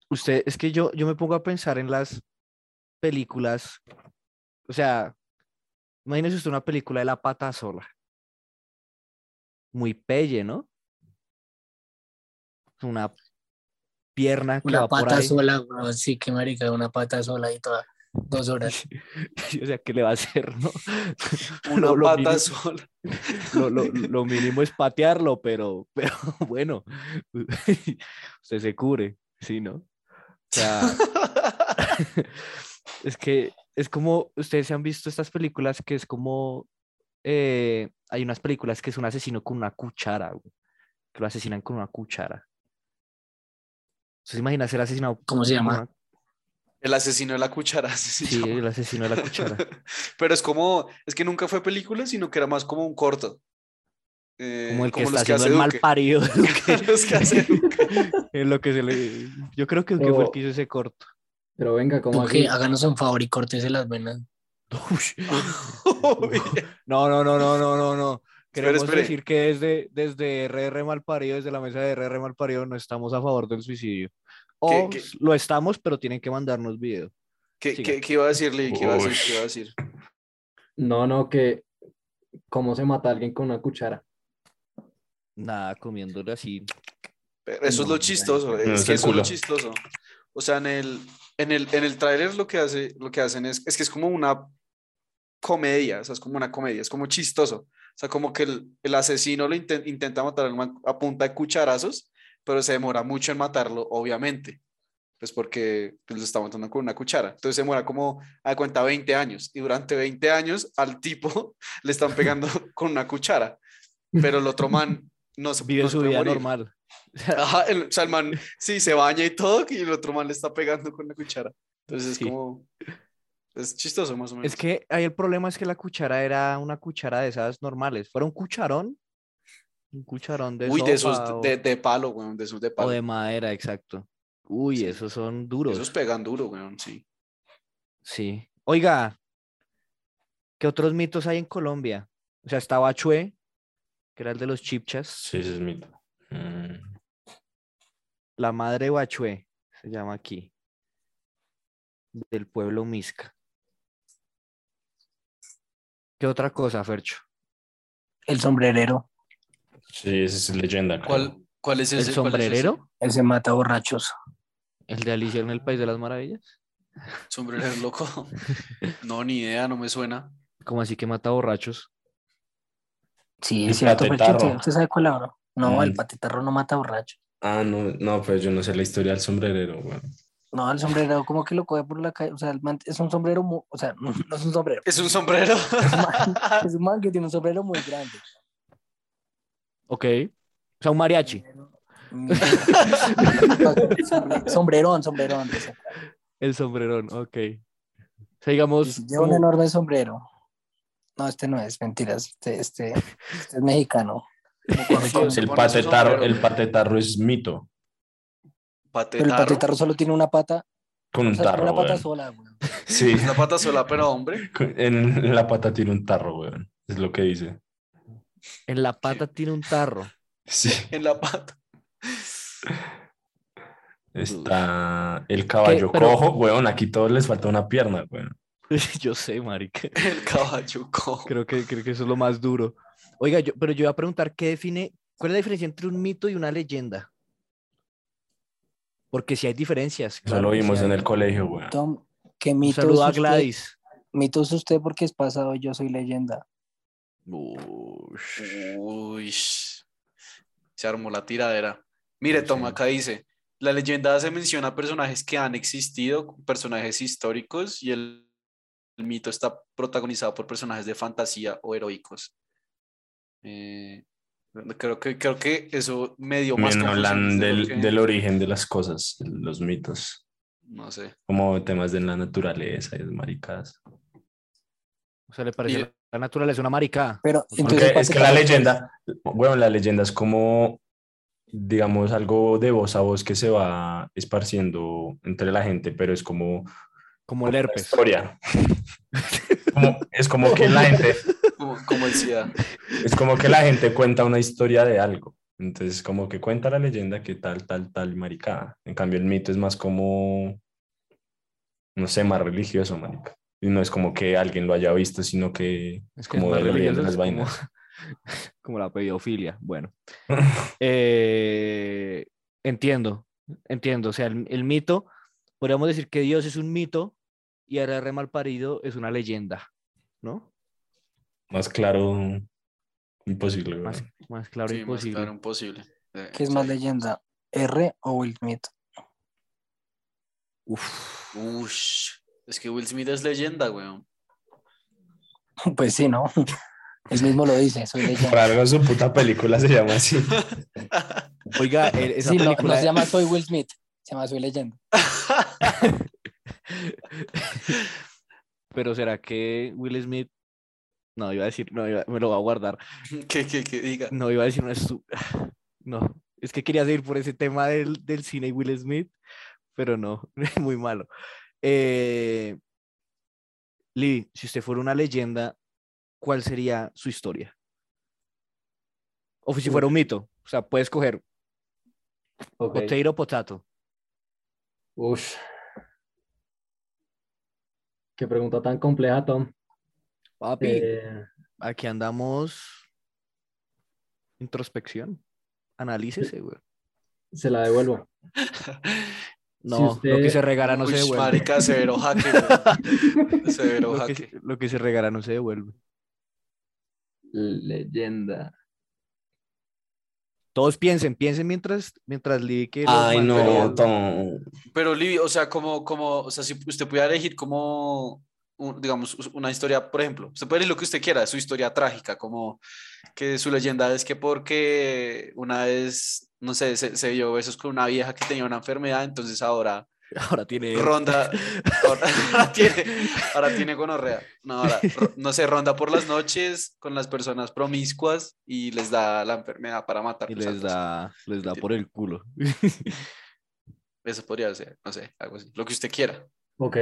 Speaker 1: usted, es que yo, yo me pongo a pensar en las películas. O sea, imagínese usted una película de la pata sola. Muy pelle, ¿no? Una pierna que
Speaker 3: Una
Speaker 1: va por
Speaker 3: pata
Speaker 1: ahí.
Speaker 3: sola, weón. Sí, que marica, una pata sola y toda. Dos horas.
Speaker 1: O sea, ¿qué le va a hacer, no?
Speaker 2: Una
Speaker 1: Lo- lo
Speaker 2: pata
Speaker 1: mínimo-
Speaker 2: sola.
Speaker 1: lo, lo- lo mínimo es patearlo, pero, pero bueno, usted se cubre, ¿sí, no? O sea, es que es como, ustedes se han visto estas películas que es como, eh, hay unas películas que es un asesino con una cuchara, güey, que lo asesinan con una cuchara. ¿Se imagina ser asesinado?
Speaker 3: ¿Cómo se
Speaker 1: con
Speaker 3: llama?
Speaker 1: una-
Speaker 2: El asesino de la cuchara. así se
Speaker 1: Sí,
Speaker 2: llama.
Speaker 1: el asesino de la cuchara.
Speaker 2: Pero es como, es que nunca fue película, sino que era más como un corto. Eh,
Speaker 1: Como el que está
Speaker 2: los
Speaker 1: haciendo
Speaker 2: hace
Speaker 1: el mal
Speaker 2: Duque.
Speaker 1: parido.
Speaker 2: Los que hace Duque. Oh.
Speaker 1: en lo que se le... Yo creo que Duque fue el
Speaker 5: Pero-
Speaker 1: que hizo ese corto.
Speaker 5: Pero venga, ¿cómo
Speaker 3: Duque,
Speaker 5: así?
Speaker 3: háganos un favor y córtese las venas.
Speaker 1: Uy.
Speaker 2: Uy,
Speaker 1: No, no, no, no, no, no, no.
Speaker 2: Espere,
Speaker 1: Queremos
Speaker 2: espere.
Speaker 1: decir que desde, desde RR Malparido, desde la mesa de RR Malparido, no estamos a favor del suicidio. O
Speaker 2: ¿Qué- qué?
Speaker 1: lo estamos, pero tienen que mandarnos video.
Speaker 2: ¿Qué,
Speaker 1: Siga.
Speaker 2: qué, qué iba a decirle? ¿Qué iba a decir? ¿Qué iba a decir?
Speaker 5: No, no, que cómo se mata a alguien con una cuchara.
Speaker 1: Nada, comiéndole así.
Speaker 2: Pero eso es
Speaker 5: No,
Speaker 2: lo
Speaker 5: ya.
Speaker 2: chistoso, es
Speaker 4: es
Speaker 2: que eso
Speaker 4: el
Speaker 2: es lo
Speaker 4: culo.
Speaker 2: chistoso. O sea, en el, en el, en el tráiler lo que hace, lo que hacen es, es que es como una comedia, o sea, es como una comedia, es como chistoso. O sea, como que el, el asesino lo inten- intenta matar al man a punta de cucharazos, pero se demora mucho en matarlo, obviamente. Pues porque pues, lo está matando con una cuchara. Entonces se demora como, a cuenta, 20 años. Y durante 20 años al tipo le están pegando con una cuchara. Pero el otro man no se,
Speaker 1: Vive
Speaker 2: no se
Speaker 1: su
Speaker 2: puede
Speaker 1: vida
Speaker 2: morir.
Speaker 1: normal.
Speaker 2: Ajá, el, o sea, el man sí se baña y todo, y el otro man le está pegando con la cuchara. Entonces es
Speaker 1: Sí.
Speaker 2: como. Es chistoso, más o menos.
Speaker 1: Es que ahí el problema es que la cuchara era una cuchara de esas normales. Fuera un cucharón. Un cucharón de
Speaker 2: Uy, de
Speaker 1: sopa
Speaker 2: esos
Speaker 1: o,
Speaker 2: de, de palo, weón, de esos de
Speaker 1: o
Speaker 2: palo.
Speaker 1: de madera, exacto. Uy,
Speaker 2: Sí.
Speaker 1: esos son duros.
Speaker 2: Esos pegan duro, weón, sí.
Speaker 1: Sí. Oiga, ¿qué otros mitos hay en Colombia? O sea, estaba Chue, que era el de los chipchas.
Speaker 4: Sí, ese es mito. Mm,
Speaker 1: La madre Bachué, se llama aquí. Del pueblo Misca. ¿Qué otra cosa, Fercho?
Speaker 3: El sombrerero,
Speaker 4: Sí, esa es leyenda. creo.
Speaker 2: ¿Cuál, cuál es
Speaker 1: ¿El
Speaker 2: ese? cuál es ese?
Speaker 1: sombrerero?
Speaker 3: ese mata borrachos.
Speaker 1: ¿El de Alicia en el País de las Maravillas?
Speaker 2: Sombrerero loco. No, ni idea, no me suena.
Speaker 1: Como así que mata borrachos?
Speaker 3: Sí,
Speaker 4: El
Speaker 3: es cierto, pero ¿quién
Speaker 4: patetarro.
Speaker 3: te- ¿usted sabe cuál ahora? No,
Speaker 4: Mm.
Speaker 3: el patetarro no mata borrachos.
Speaker 4: Ah, no, no, pues yo no sé la historia del sombrerero, güey.
Speaker 3: No, el sombrero como que lo coge por la calle. O sea, el man- es un sombrero, mu- o sea, no, no es un sombrero.
Speaker 2: ¿Es un sombrero?
Speaker 3: Es un man que tiene un sombrero muy grande.
Speaker 1: Ok. O sea, un mariachi.
Speaker 3: Mm. Sombre- sombrerón, sombrerón. o sea,
Speaker 1: El sombrerón, ok. O sea, digamos, oh,
Speaker 3: Lleva un
Speaker 1: como-
Speaker 3: enorme sombrero. No, este no es, mentiras. Este, este, este es mexicano.
Speaker 2: Correcto.
Speaker 4: El
Speaker 2: Bueno, eso es
Speaker 4: patetarro,
Speaker 2: sombrero.
Speaker 4: el patetarro es mito.
Speaker 3: Pero el
Speaker 2: Patetarro.
Speaker 3: patetarro solo tiene una pata.
Speaker 4: Con
Speaker 3: O
Speaker 4: un
Speaker 3: sea, tiene
Speaker 4: tarro,
Speaker 3: una pata
Speaker 4: güey.
Speaker 3: sola, güey.
Speaker 4: Sí,
Speaker 2: Es la pata sola, pero hombre.
Speaker 4: en la pata tiene un tarro, güey. Es lo que dice.
Speaker 1: en la pata tiene un tarro.
Speaker 4: Sí.
Speaker 2: En la pata.
Speaker 4: Está el caballo
Speaker 1: pero-
Speaker 4: cojo, weón. Aquí todos les falta una pierna, weón.
Speaker 1: Yo sé, marica.
Speaker 2: El caballo cojo.
Speaker 1: Creo que, creo que eso es lo más duro. Oiga, yo, pero yo iba a preguntar, ¿qué define, cuál es la diferencia entre un mito y una leyenda? Porque si hay diferencias.
Speaker 4: Eso
Speaker 2: pues
Speaker 4: lo vimos en el colegio, weón.
Speaker 3: Tom, que
Speaker 1: Un
Speaker 3: mito
Speaker 1: saludo a
Speaker 3: usted.
Speaker 1: Gladys.
Speaker 3: Mito es usted porque es pasado, yo soy leyenda.
Speaker 2: Uy. Se armó la tiradera. Mire, toma, acá dice. La leyenda hace mención a personajes que han existido, personajes históricos, y el, el mito está protagonizado por personajes de fantasía o heroicos. Eh, creo, que, creo que eso medio más
Speaker 4: También hablan
Speaker 2: confusión, ¿no?
Speaker 4: del,
Speaker 2: Porque-
Speaker 4: del origen de las cosas, los mitos,
Speaker 2: No sé.
Speaker 4: como temas de la naturaleza y de maricadas.
Speaker 1: O sea, le parece
Speaker 2: Y-
Speaker 1: la- la naturaleza una marica.
Speaker 3: Pero entonces.
Speaker 4: Porque
Speaker 3: el
Speaker 4: es que la
Speaker 3: patetarro-
Speaker 4: leyenda, bueno, la leyenda es como, digamos, algo de voz a voz que se va esparciendo entre la gente, pero es como
Speaker 1: Como el
Speaker 4: una
Speaker 1: herpes.
Speaker 4: historia. Como- es como que la gente,
Speaker 2: Como, como decía.
Speaker 4: es como que la gente cuenta una historia de algo. Entonces, como que cuenta la leyenda que tal, tal, tal maricada. En cambio, el mito es más como, no sé, más religioso, marica. Y no es como que alguien lo haya visto, sino que
Speaker 1: Es que es
Speaker 4: como
Speaker 1: más
Speaker 4: de la leyenda
Speaker 1: religioso,
Speaker 4: de las
Speaker 1: es como-
Speaker 4: vainas.
Speaker 1: como la pedofilia. Bueno, Eh, entiendo, entiendo. O sea, el, el mito, podríamos decir que Dios es un mito y ahora re mal parido es una leyenda, ¿no?
Speaker 4: Más claro, imposible.
Speaker 1: Más,
Speaker 4: weón.
Speaker 1: más claro
Speaker 2: Sí, más
Speaker 1: imposible.
Speaker 2: claro, imposible. Eh,
Speaker 3: ¿Qué es más leyenda? ¿R o Will Smith?
Speaker 1: Uf.
Speaker 2: ush, es que Will Smith es leyenda, weón.
Speaker 3: Pues sí, ¿no? Él mismo lo dice, soy leyenda.
Speaker 4: Por algo su puta película se llama así.
Speaker 1: Oiga, eh, esa
Speaker 3: Sí, no,
Speaker 1: película.
Speaker 3: no se llama Soy Will Smith, se llama Soy Leyenda.
Speaker 1: Pero será que Will Smith. No, iba a decir, no, iba- me lo va a guardar.
Speaker 2: que, que, que diga.
Speaker 1: No, iba a decir una estu- No, es que quería seguir por ese tema del, del cine y Will Smith, pero no, muy malo. Eh, Lee, si usted fuera una leyenda, ¿cuál sería su historia? O si fuera un mito, o sea, puedes coger
Speaker 5: Ok.
Speaker 1: potato potato.
Speaker 5: Ush. Qué pregunta tan compleja, Tom.
Speaker 1: Papi,
Speaker 5: Eh,
Speaker 1: aquí andamos. Introspección. Analícese, güey.
Speaker 5: se la devuelvo.
Speaker 1: No, lo
Speaker 5: usted-
Speaker 1: que se regala no se
Speaker 2: Ush,
Speaker 1: devuelve.
Speaker 2: Marica, severo jaque, weón. Severo
Speaker 1: Lo
Speaker 2: jaque.
Speaker 1: que, lo que se regala no se devuelve.
Speaker 5: Leyenda.
Speaker 1: Todos piensen, piensen mientras, mientras Lee que los
Speaker 4: Ay,
Speaker 1: manda-
Speaker 4: no,
Speaker 1: pero-
Speaker 4: Tom.
Speaker 2: Pero, Libby, o sea, como, como, o sea, si usted pudiera elegir como, un- digamos, una historia, por ejemplo, usted puede elegir lo que usted quiera, su historia trágica, como que su leyenda es que porque una vez, no sé, se, se vio besos con una vieja que tenía una enfermedad, entonces ahora
Speaker 1: Ahora tiene.
Speaker 2: ronda, ahora, ahora tiene, ahora tiene gonorrea. No, ahora, ro- no sé, ronda por las noches con las personas promiscuas y les da la enfermedad para matar.
Speaker 1: Y les da, les da por el culo.
Speaker 2: Eso podría ser, no sé, algo así, lo que usted quiera.
Speaker 5: Ok,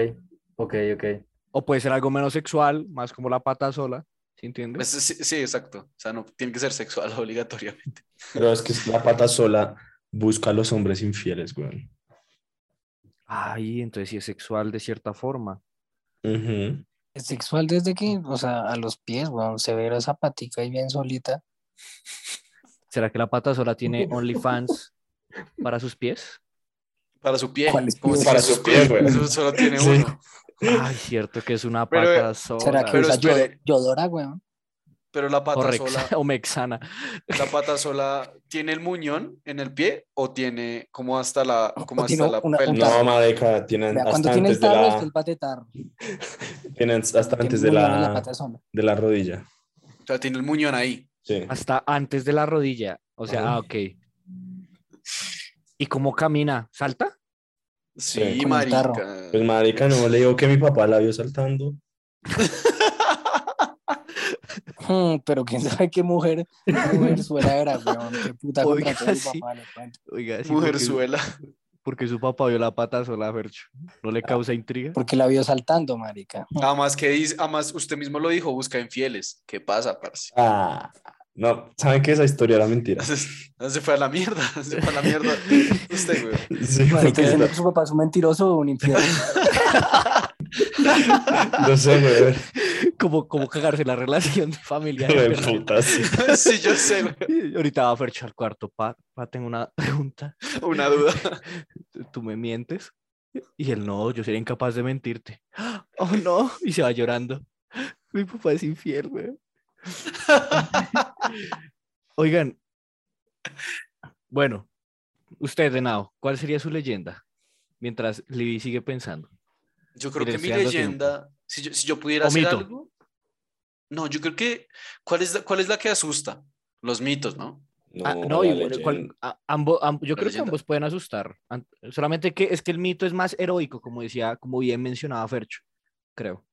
Speaker 5: ok, ok.
Speaker 1: o puede ser algo menos sexual, más como la pata sola. ¿Sí entiendes?
Speaker 2: Pues sí, sí, exacto. O sea, no tiene que ser sexual obligatoriamente.
Speaker 4: Pero es que la pata sola busca a los hombres infieles, güey.
Speaker 1: Ay, entonces sí es sexual de cierta forma.
Speaker 3: Sexual desde que, o sea, a los pies, weón, se ve la zapatica ahí bien solita.
Speaker 1: ¿Será que la pata sola tiene OnlyFans para sus pies?
Speaker 2: Para su pie.
Speaker 3: ¿Cuál es
Speaker 2: Como
Speaker 3: pie?
Speaker 2: para
Speaker 4: Para
Speaker 2: su
Speaker 4: su pues.
Speaker 2: pie,
Speaker 4: pie, güey.
Speaker 2: Eso Solo tiene
Speaker 4: Sí.
Speaker 2: uno.
Speaker 1: Ay, cierto que es una
Speaker 2: Pero,
Speaker 1: pata sola.
Speaker 3: ¿Será que
Speaker 2: Pero
Speaker 3: usa
Speaker 2: espere.
Speaker 3: yo- Yodora, weón?
Speaker 2: Pero la pata
Speaker 1: o, rex-
Speaker 2: sola,
Speaker 1: o mexana.
Speaker 2: la pata sola, ¿tiene el muñón en el pie o tiene como hasta la,
Speaker 3: O-
Speaker 2: como
Speaker 3: o
Speaker 2: hasta
Speaker 3: tiene
Speaker 2: la
Speaker 3: una-
Speaker 2: pelvis?
Speaker 3: una-
Speaker 4: No, marica, tienen
Speaker 3: Vea, cuando
Speaker 4: hasta
Speaker 3: tiene el
Speaker 4: antes de
Speaker 3: tarro, está
Speaker 4: la,
Speaker 3: el patetarro.
Speaker 4: tienen hasta antes de
Speaker 3: La
Speaker 4: la,
Speaker 3: pata sola.
Speaker 4: de la rodilla.
Speaker 2: O sea, tiene el muñón ahí.
Speaker 4: Sí.
Speaker 1: Hasta antes de la rodilla. O sea,
Speaker 4: Ajá.
Speaker 1: ah, ok. ¿Y cómo camina? ¿Salta?
Speaker 2: Sí,
Speaker 4: Sí.
Speaker 3: Con el
Speaker 2: marica.
Speaker 3: tarro.
Speaker 4: Pues marica, no le digo que mi papá la vio saltando.
Speaker 3: Hmm, pero quién sabe qué mujer, mujer suela era, weón. Qué puta
Speaker 1: Oiga,
Speaker 3: contrató a mi
Speaker 1: sí.
Speaker 3: papá, le cuento.
Speaker 1: Oiga, sí,
Speaker 2: Mujer
Speaker 1: porque-
Speaker 2: suela.
Speaker 1: Porque su papá vio la pata sola, Fercho. ¿No le causa intriga?
Speaker 3: Porque la vio saltando, marica.
Speaker 2: Además, que dice, además, usted mismo lo dijo, busca infieles. ¿Qué pasa, parce?
Speaker 4: Ah, no, ¿saben que esa historia era mentira?
Speaker 2: Se fue a la mierda, se fue a la mierda. Usted, güey.
Speaker 4: Sí,
Speaker 3: Bueno,
Speaker 4: porque
Speaker 3: ¿Está diciendo que su papá es un mentiroso o un infierno?
Speaker 4: no sé, güey.
Speaker 1: Como, como cagarse la relación familiar.
Speaker 4: hijo de
Speaker 1: ¿verdad?
Speaker 4: puta, sí.
Speaker 2: Sí, yo sé, güey.
Speaker 1: Y Ahorita va a Fercho al cuarto. Pa, pa, tengo una pregunta.
Speaker 2: Una duda.
Speaker 1: ¿Tú me mientes? Y él, no, yo sería incapaz de mentirte. ¡Ah! Oh, no. Y se va llorando. Mi papá es infiel, güey. Oigan. Bueno, usted, Denao, ¿cuál sería su leyenda? Mientras Libby sigue pensando.
Speaker 2: Yo creo
Speaker 1: Mire,
Speaker 2: que mi
Speaker 1: estoy dando tiempo.
Speaker 2: leyenda, si yo, si yo pudiera
Speaker 1: O
Speaker 2: hacer
Speaker 1: mito.
Speaker 2: algo. No, yo creo que. ¿Cuál es, la, ¿Cuál es la que asusta? Los mitos, ¿no?
Speaker 4: No,
Speaker 1: Ah, no, y
Speaker 4: la
Speaker 1: bueno, cual-
Speaker 4: leyenda.
Speaker 1: a- ambos, am- yo creo
Speaker 2: La
Speaker 1: que
Speaker 2: leyenda.
Speaker 1: ambos pueden asustar. An- Solamente que es que el mito es más heroico, como decía, como bien mencionaba Fercho, creo.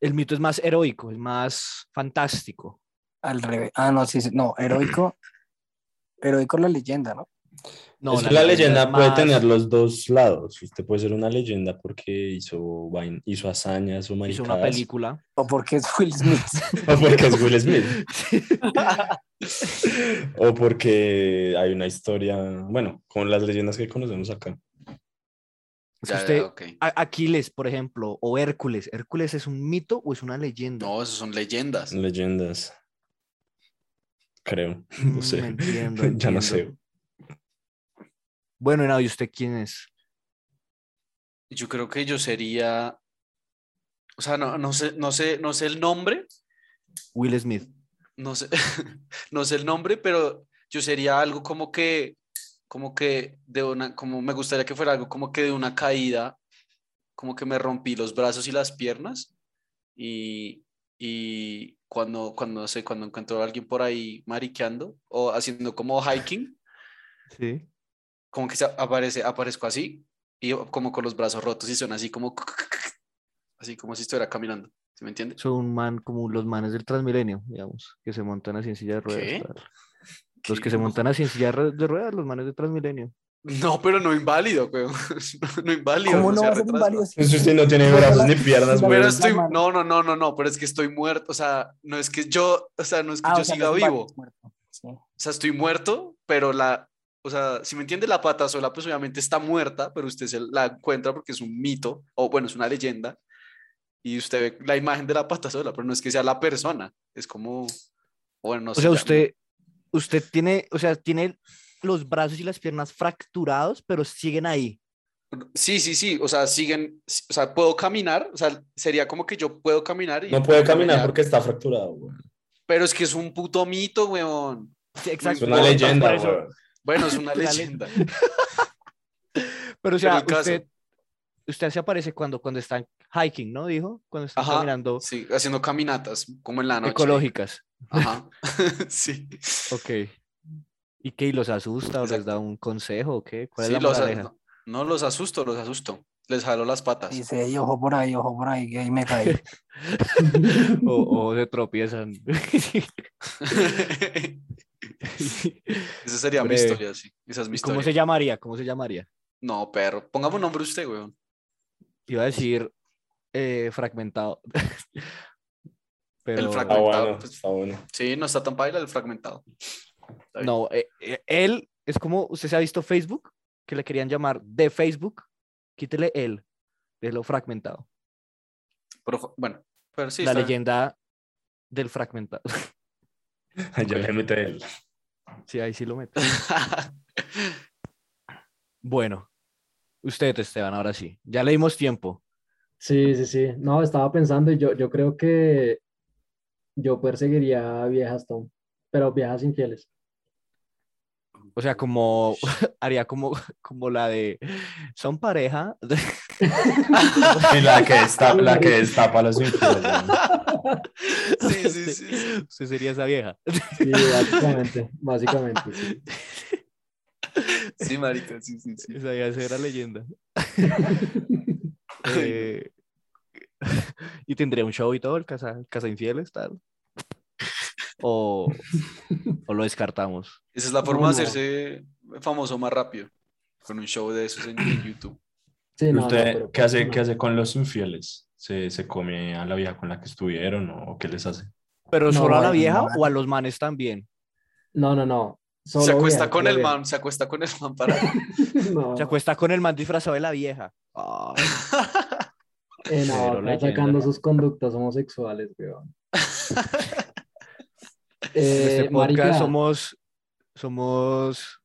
Speaker 1: El mito es más heroico, es más fantástico.
Speaker 3: Al revés. Ah, no, sí, sí. No, heroico. Heroico es la leyenda, ¿no?
Speaker 1: No,
Speaker 4: es que la leyenda
Speaker 1: es
Speaker 4: puede
Speaker 1: más-
Speaker 4: tener los dos lados. Usted puede ser una leyenda porque hizo, vain- hizo hazañas o
Speaker 1: Hizo una
Speaker 4: maricadas,
Speaker 1: película.
Speaker 3: O porque es Will Smith.
Speaker 4: O porque es Will Smith. o porque hay una historia, bueno, con las leyendas que conocemos acá.
Speaker 1: Es que
Speaker 2: Ya, ya,
Speaker 1: usted-
Speaker 2: ok.
Speaker 1: A- Aquiles, por ejemplo, o Hércules. ¿Hércules es un mito o es una leyenda?
Speaker 2: No, esos son leyendas.
Speaker 4: Leyendas. Creo.
Speaker 1: Mm,
Speaker 4: No sé.
Speaker 1: entiendo,
Speaker 4: ya no
Speaker 1: entiendo.
Speaker 4: sé.
Speaker 1: Bueno, Henao, ¿y usted quién es?
Speaker 2: Yo creo que yo sería. O sea, no, no sé, no sé, no sé el nombre,
Speaker 1: Will Smith.
Speaker 2: no sé, no sé el nombre, pero yo sería algo como que, como que de una, como me gustaría que fuera algo como que de una caída, como que me rompí los brazos y las piernas y, y cuando, cuando, no sé, cuando encuentro a alguien por ahí mariqueando o haciendo como hiking,
Speaker 1: Sí.
Speaker 2: como que se aparece, aparezco así y como con los brazos rotos y son así como, así como si estuviera caminando, ¿sí me entiende?
Speaker 1: Son un man como los manes del Transmilenio, digamos, que se montan así en silla de ruedas.
Speaker 2: ¿Qué?
Speaker 1: tal. Los que
Speaker 2: ¿Qué?
Speaker 1: se montan así en silla de ruedas- de ruedas, los manes de Transmilenio.
Speaker 2: No, pero no inválido, weón. No, no inválido.
Speaker 3: ¿Cómo no
Speaker 2: sea
Speaker 3: va a ser
Speaker 2: retraso.
Speaker 3: inválido? si-
Speaker 4: Entonces usted no tiene brazos ni piernas,
Speaker 3: La
Speaker 4: güey.
Speaker 2: Pero
Speaker 3: verdad-
Speaker 2: estoy,
Speaker 3: mano.
Speaker 2: no, no, no, no, no, pero es que estoy muerto, o sea, no es que yo, o sea, no es que
Speaker 3: Ah,
Speaker 2: yo
Speaker 3: o sea,
Speaker 2: siga
Speaker 3: no es
Speaker 2: vivo,
Speaker 3: inválido, es muerto. Sí.
Speaker 2: o sea, estoy muerto, pero la, o sea, si me entiende la pata sola, pues obviamente está muerta, pero usted se la encuentra porque es un mito, o bueno, es una leyenda, y usted ve la imagen de la pata sola, pero no es que sea la persona, es como, bueno, no
Speaker 1: O
Speaker 2: sé,
Speaker 1: sea,
Speaker 2: ya-
Speaker 1: usted, usted tiene, o sea, tiene los brazos y las piernas fracturados, pero siguen ahí.
Speaker 2: Sí, sí, sí, o sea, siguen, o sea, puedo caminar, o sea, sería como que yo puedo caminar. y-
Speaker 4: No puede caminar
Speaker 2: Ya.
Speaker 4: porque está fracturado, güey.
Speaker 2: Pero es que es un puto mito, weón.
Speaker 1: Sí,
Speaker 4: Es
Speaker 1: exacto.
Speaker 4: una
Speaker 2: Por
Speaker 4: leyenda,
Speaker 1: eso-
Speaker 4: güey.
Speaker 2: Bueno, es una
Speaker 1: Una
Speaker 2: leyenda.
Speaker 1: Pero o
Speaker 2: Pero
Speaker 1: sea,
Speaker 2: el caso-
Speaker 1: usted, usted se aparece cuando, cuando están hiking, ¿no? Dijo, cuando están
Speaker 2: Ajá,
Speaker 1: caminando
Speaker 2: Sí, haciendo caminatas, como en la noche.
Speaker 1: ecológicas.
Speaker 2: Ajá. sí.
Speaker 1: Ok. ¿Y qué? ¿Y los asusta o les
Speaker 2: Exacto.
Speaker 1: da un consejo o qué? ¿Cuál
Speaker 2: Sí,
Speaker 1: es la
Speaker 2: los,
Speaker 1: moraleja?
Speaker 2: no, no, los asusto, los asusto. Les jalo las patas.
Speaker 3: Dice, "Ey, ojo por ahí, ojo por ahí, que ahí me caí.
Speaker 1: O, o se tropiezan.
Speaker 2: Esa sería mi
Speaker 1: Breve.
Speaker 2: historia, sí. Esa es mi
Speaker 1: ¿Y ¿Cómo
Speaker 2: historia.
Speaker 1: se llamaría? ¿Cómo se llamaría?
Speaker 2: No, perro. Póngame un nombre usted, weón.
Speaker 1: Iba a decir eh, fragmentado. Pero
Speaker 4: Está
Speaker 2: fragmentado.
Speaker 4: Ah, bueno, está bueno.
Speaker 2: Sí, no está tan paila el fragmentado. Está bien.
Speaker 1: no, eh, eh, él es como usted se ha visto Facebook, que le querían llamar de Facebook, quítele él, de lo fragmentado.
Speaker 2: Pero fue- bueno, pero sí.
Speaker 1: la
Speaker 2: está bien.
Speaker 1: leyenda del fragmentado.
Speaker 4: Yo le meto el.
Speaker 1: Sí, ahí sí lo meto. Bueno, usted, Esteban, ahora sí. Ya le dimos tiempo.
Speaker 5: Sí, sí, sí. No, estaba pensando y yo, yo creo que yo perseguiría a viejas Tom, pero viejas infieles.
Speaker 1: O sea, como haría como, como la de son pareja.
Speaker 4: Y la que destapa, la que destapa los infieles. ¿no?
Speaker 2: sí, sí, sí, sí.
Speaker 1: Usted sería esa vieja.
Speaker 5: Sí, básicamente, básicamente, sí.
Speaker 2: Sí, marica, sí, sí, sí.
Speaker 1: Esa vieja era leyenda. Eh, y tendría un show y todo, el Casa, el casa Infieles, tal. O, o lo descartamos.
Speaker 2: Esa es la
Speaker 5: No,
Speaker 2: forma de
Speaker 5: no.
Speaker 2: hacerse famoso más rápido. Con un show de esos en en YouTube.
Speaker 5: Sí, no, no,
Speaker 4: ¿Usted
Speaker 5: pero pues,
Speaker 4: qué, hace,
Speaker 5: no.
Speaker 4: qué hace con los infieles? ¿Se, se come a la vieja con la que estuvieron o qué les hace?
Speaker 1: Pero
Speaker 5: No,
Speaker 1: solo a la
Speaker 5: no,
Speaker 1: vieja
Speaker 5: no.
Speaker 1: o a los manes también.
Speaker 5: No, no, no.
Speaker 2: se
Speaker 5: solo
Speaker 2: acuesta
Speaker 5: viejas,
Speaker 2: con
Speaker 5: solo
Speaker 2: el
Speaker 5: viejas.
Speaker 2: man, se acuesta con el man para.
Speaker 5: No,
Speaker 1: Se acuesta con el man disfrazado de la vieja. Ay,
Speaker 5: eh, no,
Speaker 1: Cero
Speaker 5: acá
Speaker 1: leyenda.
Speaker 5: sacando sus conductas homosexuales, weón.
Speaker 1: en
Speaker 5: Eh,
Speaker 1: este podcast
Speaker 5: marica,
Speaker 1: somos, somos,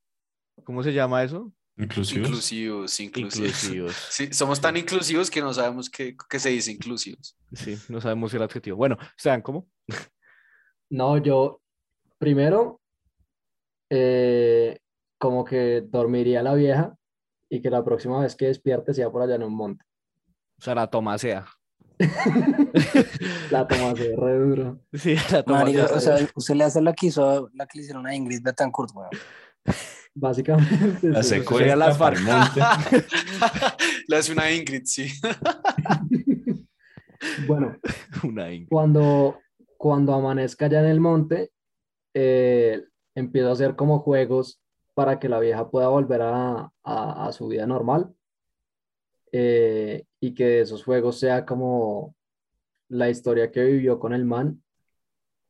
Speaker 1: ¿cómo se llama eso?
Speaker 4: ¿Inclusivos?
Speaker 2: inclusivos, inclusivos.
Speaker 1: Inclusivos.
Speaker 2: Sí, somos tan inclusivos que no sabemos qué, qué se dice inclusivos.
Speaker 1: Sí, no sabemos el adjetivo. Bueno, Esteban, ¿cómo?
Speaker 5: No, yo primero, eh, como que dormiría la vieja y que la próxima vez que despierte sea por allá en un monte.
Speaker 1: O sea, la toma sea.
Speaker 5: La toma se ve re duro.
Speaker 1: Sí, la toma
Speaker 3: Marica,
Speaker 1: sea.
Speaker 3: o sea, usted le hace la que hizo, la que le hicieron a Ingrid Betancourt, weón.
Speaker 5: Básicamente,
Speaker 4: La
Speaker 5: sí.
Speaker 4: secuestra
Speaker 1: la
Speaker 4: para el monte.
Speaker 2: La hace una Ingrid, sí.
Speaker 5: Bueno,
Speaker 1: Una inc-
Speaker 5: cuando, cuando amanezca allá en el monte, eh, empiezo a hacer como juegos para que la vieja pueda volver a, a- a su vida normal. eh, y que esos juegos sea como la historia que vivió con el man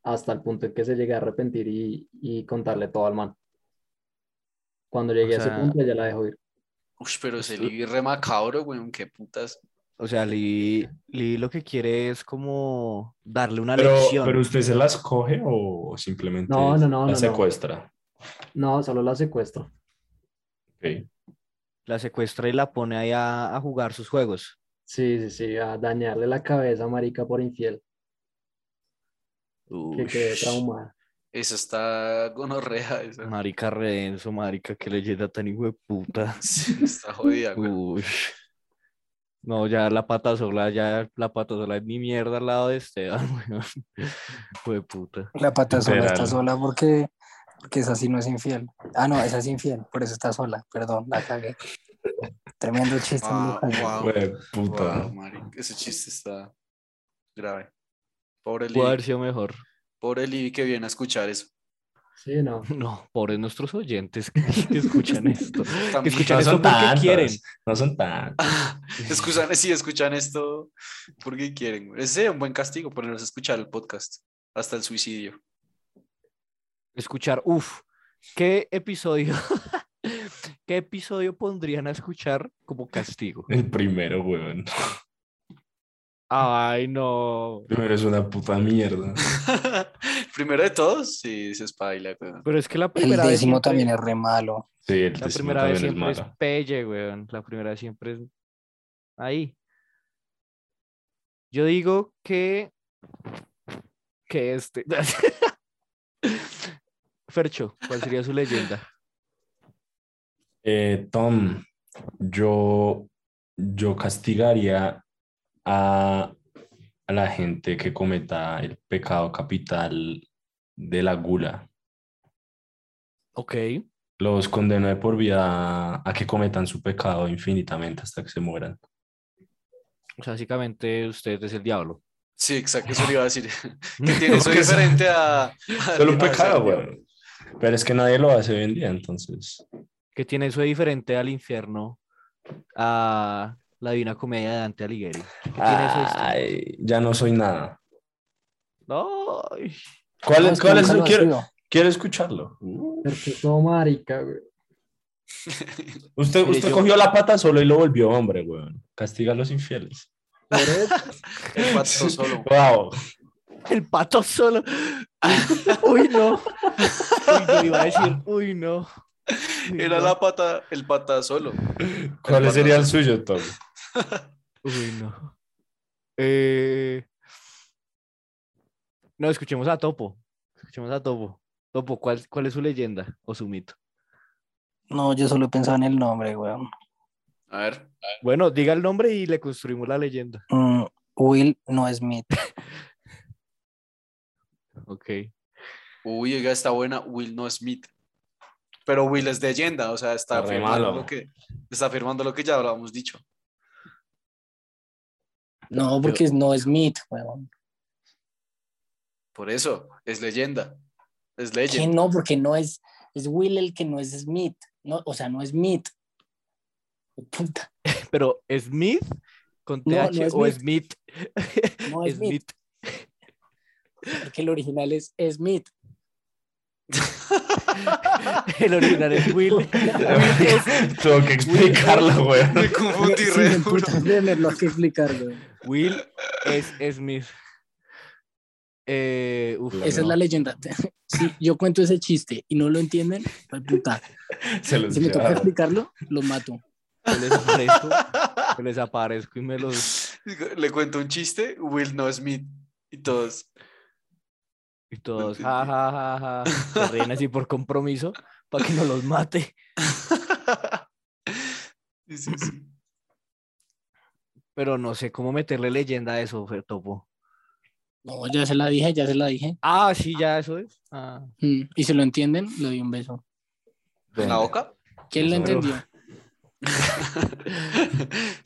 Speaker 5: hasta el punto en que se llegue a arrepentir y, y contarle todo al man. Cuando llegue a
Speaker 1: sea-
Speaker 5: ese punto ya la dejo ir.
Speaker 2: Uy, pero se le re macabro, weón, qué putas.
Speaker 1: O sea, Lee, Lee lo que quiere es como darle una
Speaker 4: Pero,
Speaker 1: lección.
Speaker 4: pero usted se las coge o simplemente
Speaker 5: No, no, no, no,
Speaker 4: la
Speaker 5: no.
Speaker 4: secuestra.
Speaker 5: No, solo la secuestro.
Speaker 4: Ok.
Speaker 1: La secuestra y la pone ahí a, a jugar sus juegos.
Speaker 5: Sí, sí, sí, a dañarle la cabeza, marica, por infiel, que
Speaker 1: Uy,
Speaker 5: quede traumada.
Speaker 2: Eso está gonorrea, esa.
Speaker 1: marica Redenso, marica, qué leyenda tan hijo de puta.
Speaker 2: Sí, está jodida, güey.
Speaker 1: Uy. No, ya la pata sola, ya la pata sola es ni mierda al lado de Esteban, weón. Hijo de puta.
Speaker 3: La pata sola
Speaker 4: Literal.
Speaker 3: está sola porque, porque esa sí no es infiel. Ah, no, esa es infiel, por eso está sola. Perdón, la cagué. Tremendo chiste.
Speaker 2: Wow,
Speaker 3: muy bueno.
Speaker 2: wow,
Speaker 4: Jue- puta.
Speaker 2: wow, marica, Ese chiste está grave. Pobre
Speaker 1: Pudo haber
Speaker 2: Libby,
Speaker 1: sido mejor.
Speaker 2: pobre Libby que viene a escuchar eso.
Speaker 5: Sí, no.
Speaker 1: No, pobres nuestros oyentes que, que escuchan esto. Que
Speaker 2: También-
Speaker 1: escuchan
Speaker 4: No
Speaker 1: esto
Speaker 4: son
Speaker 1: porque
Speaker 4: tantos,
Speaker 1: quieren.
Speaker 4: No son tantos.
Speaker 2: Escuchan, sí, escuchan esto porque quieren. güey. Ese es un buen castigo, ponerlos a escuchar el podcast hasta el suicidio.
Speaker 1: Escuchar, uff, ¿qué episodio? ¿Qué episodio pondrían a escuchar como castigo?
Speaker 4: El primero, weón.
Speaker 1: Ay, no.
Speaker 4: El primero es una puta mierda.
Speaker 2: Primero de todos, sí, se espaila. güey.
Speaker 1: Pero es que la
Speaker 3: El
Speaker 1: primera vez.
Speaker 3: décimo
Speaker 1: siempre-
Speaker 3: también es re malo.
Speaker 4: Sí, el
Speaker 1: La
Speaker 4: décimo
Speaker 1: primera vez
Speaker 4: también
Speaker 1: siempre
Speaker 4: es
Speaker 1: es
Speaker 4: malo.
Speaker 1: pelle, weón. La primera vez siempre es ahí. Yo digo que. Que este. Fercho, ¿cuál sería su leyenda?
Speaker 4: Eh, Tom, yo, yo castigaría a, a la gente que cometa el pecado capital de la gula.
Speaker 1: Ok.
Speaker 4: Los condeno de por vida a que cometan su pecado infinitamente hasta que se mueran.
Speaker 1: O sea, básicamente usted es el diablo.
Speaker 2: Sí, exacto, eso le iba a decir. Que tiene eso
Speaker 4: Porque es-
Speaker 2: diferente a. a-
Speaker 4: Solo un
Speaker 2: a-
Speaker 4: pecado,
Speaker 2: a-
Speaker 4: weón. Pero es que nadie lo hace hoy en día, entonces.
Speaker 1: que tiene eso de diferente al infierno, a la divina comedia de Dante Alighieri. ¿Qué tiene eso de
Speaker 3: este?
Speaker 1: distinto?
Speaker 4: Ay, ya no soy nada.
Speaker 1: Ay,
Speaker 4: ¿Cuál,
Speaker 3: No,
Speaker 4: es-
Speaker 3: que
Speaker 4: cuál es?
Speaker 3: nunca lo ha
Speaker 4: Quiero,
Speaker 3: sido.
Speaker 4: quiero escucharlo.
Speaker 5: Porque todo marica, güey.
Speaker 4: Usted,
Speaker 1: Mire,
Speaker 4: usted
Speaker 1: yo-
Speaker 4: cogió la pata solo y lo volvió hombre, weón. Castiga a los infieles.
Speaker 5: Por eso,
Speaker 2: El pato solo.
Speaker 4: Wow.
Speaker 1: El pato solo. Uy, no. Uy, yo iba a decir, uy, no. Uy,
Speaker 2: Era
Speaker 1: no.
Speaker 2: la pata, el pata solo.
Speaker 4: ¿Cuál
Speaker 2: pato
Speaker 4: sería el suyo, Tom?
Speaker 1: Uy, no. Eh, No, escuchemos a Topo. Escuchemos a Topo. Topo, ¿cuál, cuál es su leyenda o su mito?
Speaker 3: No, yo solo pensaba en el nombre, weón.
Speaker 2: A ver.
Speaker 1: Bueno, diga el nombre y le construimos la leyenda.
Speaker 3: Mm, Will no Smith.
Speaker 1: Ok.
Speaker 2: Uy, oiga, está buena Will no Smith. Pero Will es de leyenda, o sea, está
Speaker 4: Re
Speaker 2: afirmando,
Speaker 4: malo.
Speaker 2: lo que, está afirmando lo que ya habíamos dicho.
Speaker 3: No, porque es no Smith, weón.
Speaker 2: Por eso, es leyenda. Es
Speaker 3: ¿Quién
Speaker 2: legend.
Speaker 3: no? Porque no es, es Will el que no es Smith. No, o sea, no es Smith. Puta,
Speaker 1: Pero Smith con
Speaker 3: No, no
Speaker 1: TH o
Speaker 3: es
Speaker 1: Smith.
Speaker 3: no es Smith,
Speaker 1: Smith.
Speaker 3: porque el original es Smith.
Speaker 1: El original es Will.
Speaker 4: Tengo que explicarlo, güey.
Speaker 2: Me confundí re
Speaker 3: Sí,
Speaker 2: duro.
Speaker 3: puta, tenerlo que explicar, weón.
Speaker 1: Will es Smith. Eh, uf,
Speaker 4: La
Speaker 3: Esa es
Speaker 1: no.
Speaker 3: la leyenda. Si yo cuento ese chiste y no lo entienden, pues puta.
Speaker 4: Se los
Speaker 3: Si me toca
Speaker 4: llevaron.
Speaker 3: explicarlo, lo mato.
Speaker 1: Yo les aparezco, yo les aparezco y me los
Speaker 2: Le cuento un chiste, Will no Smith. Y todos.
Speaker 1: y todos ja, ja, ja, ja, se ríen así por compromiso para que no los mate.
Speaker 2: Sí, sí, sí.
Speaker 1: Pero no sé cómo meterle leyenda a eso, Fer Topo.
Speaker 3: No, ya se la dije, ya se la dije.
Speaker 1: Ah, sí, ya eso es. Ah,
Speaker 3: Mm, Y si lo entienden, le doy un beso.
Speaker 2: ¿En la boca?
Speaker 3: ¿Quién lo
Speaker 4: Pero-
Speaker 3: entendió?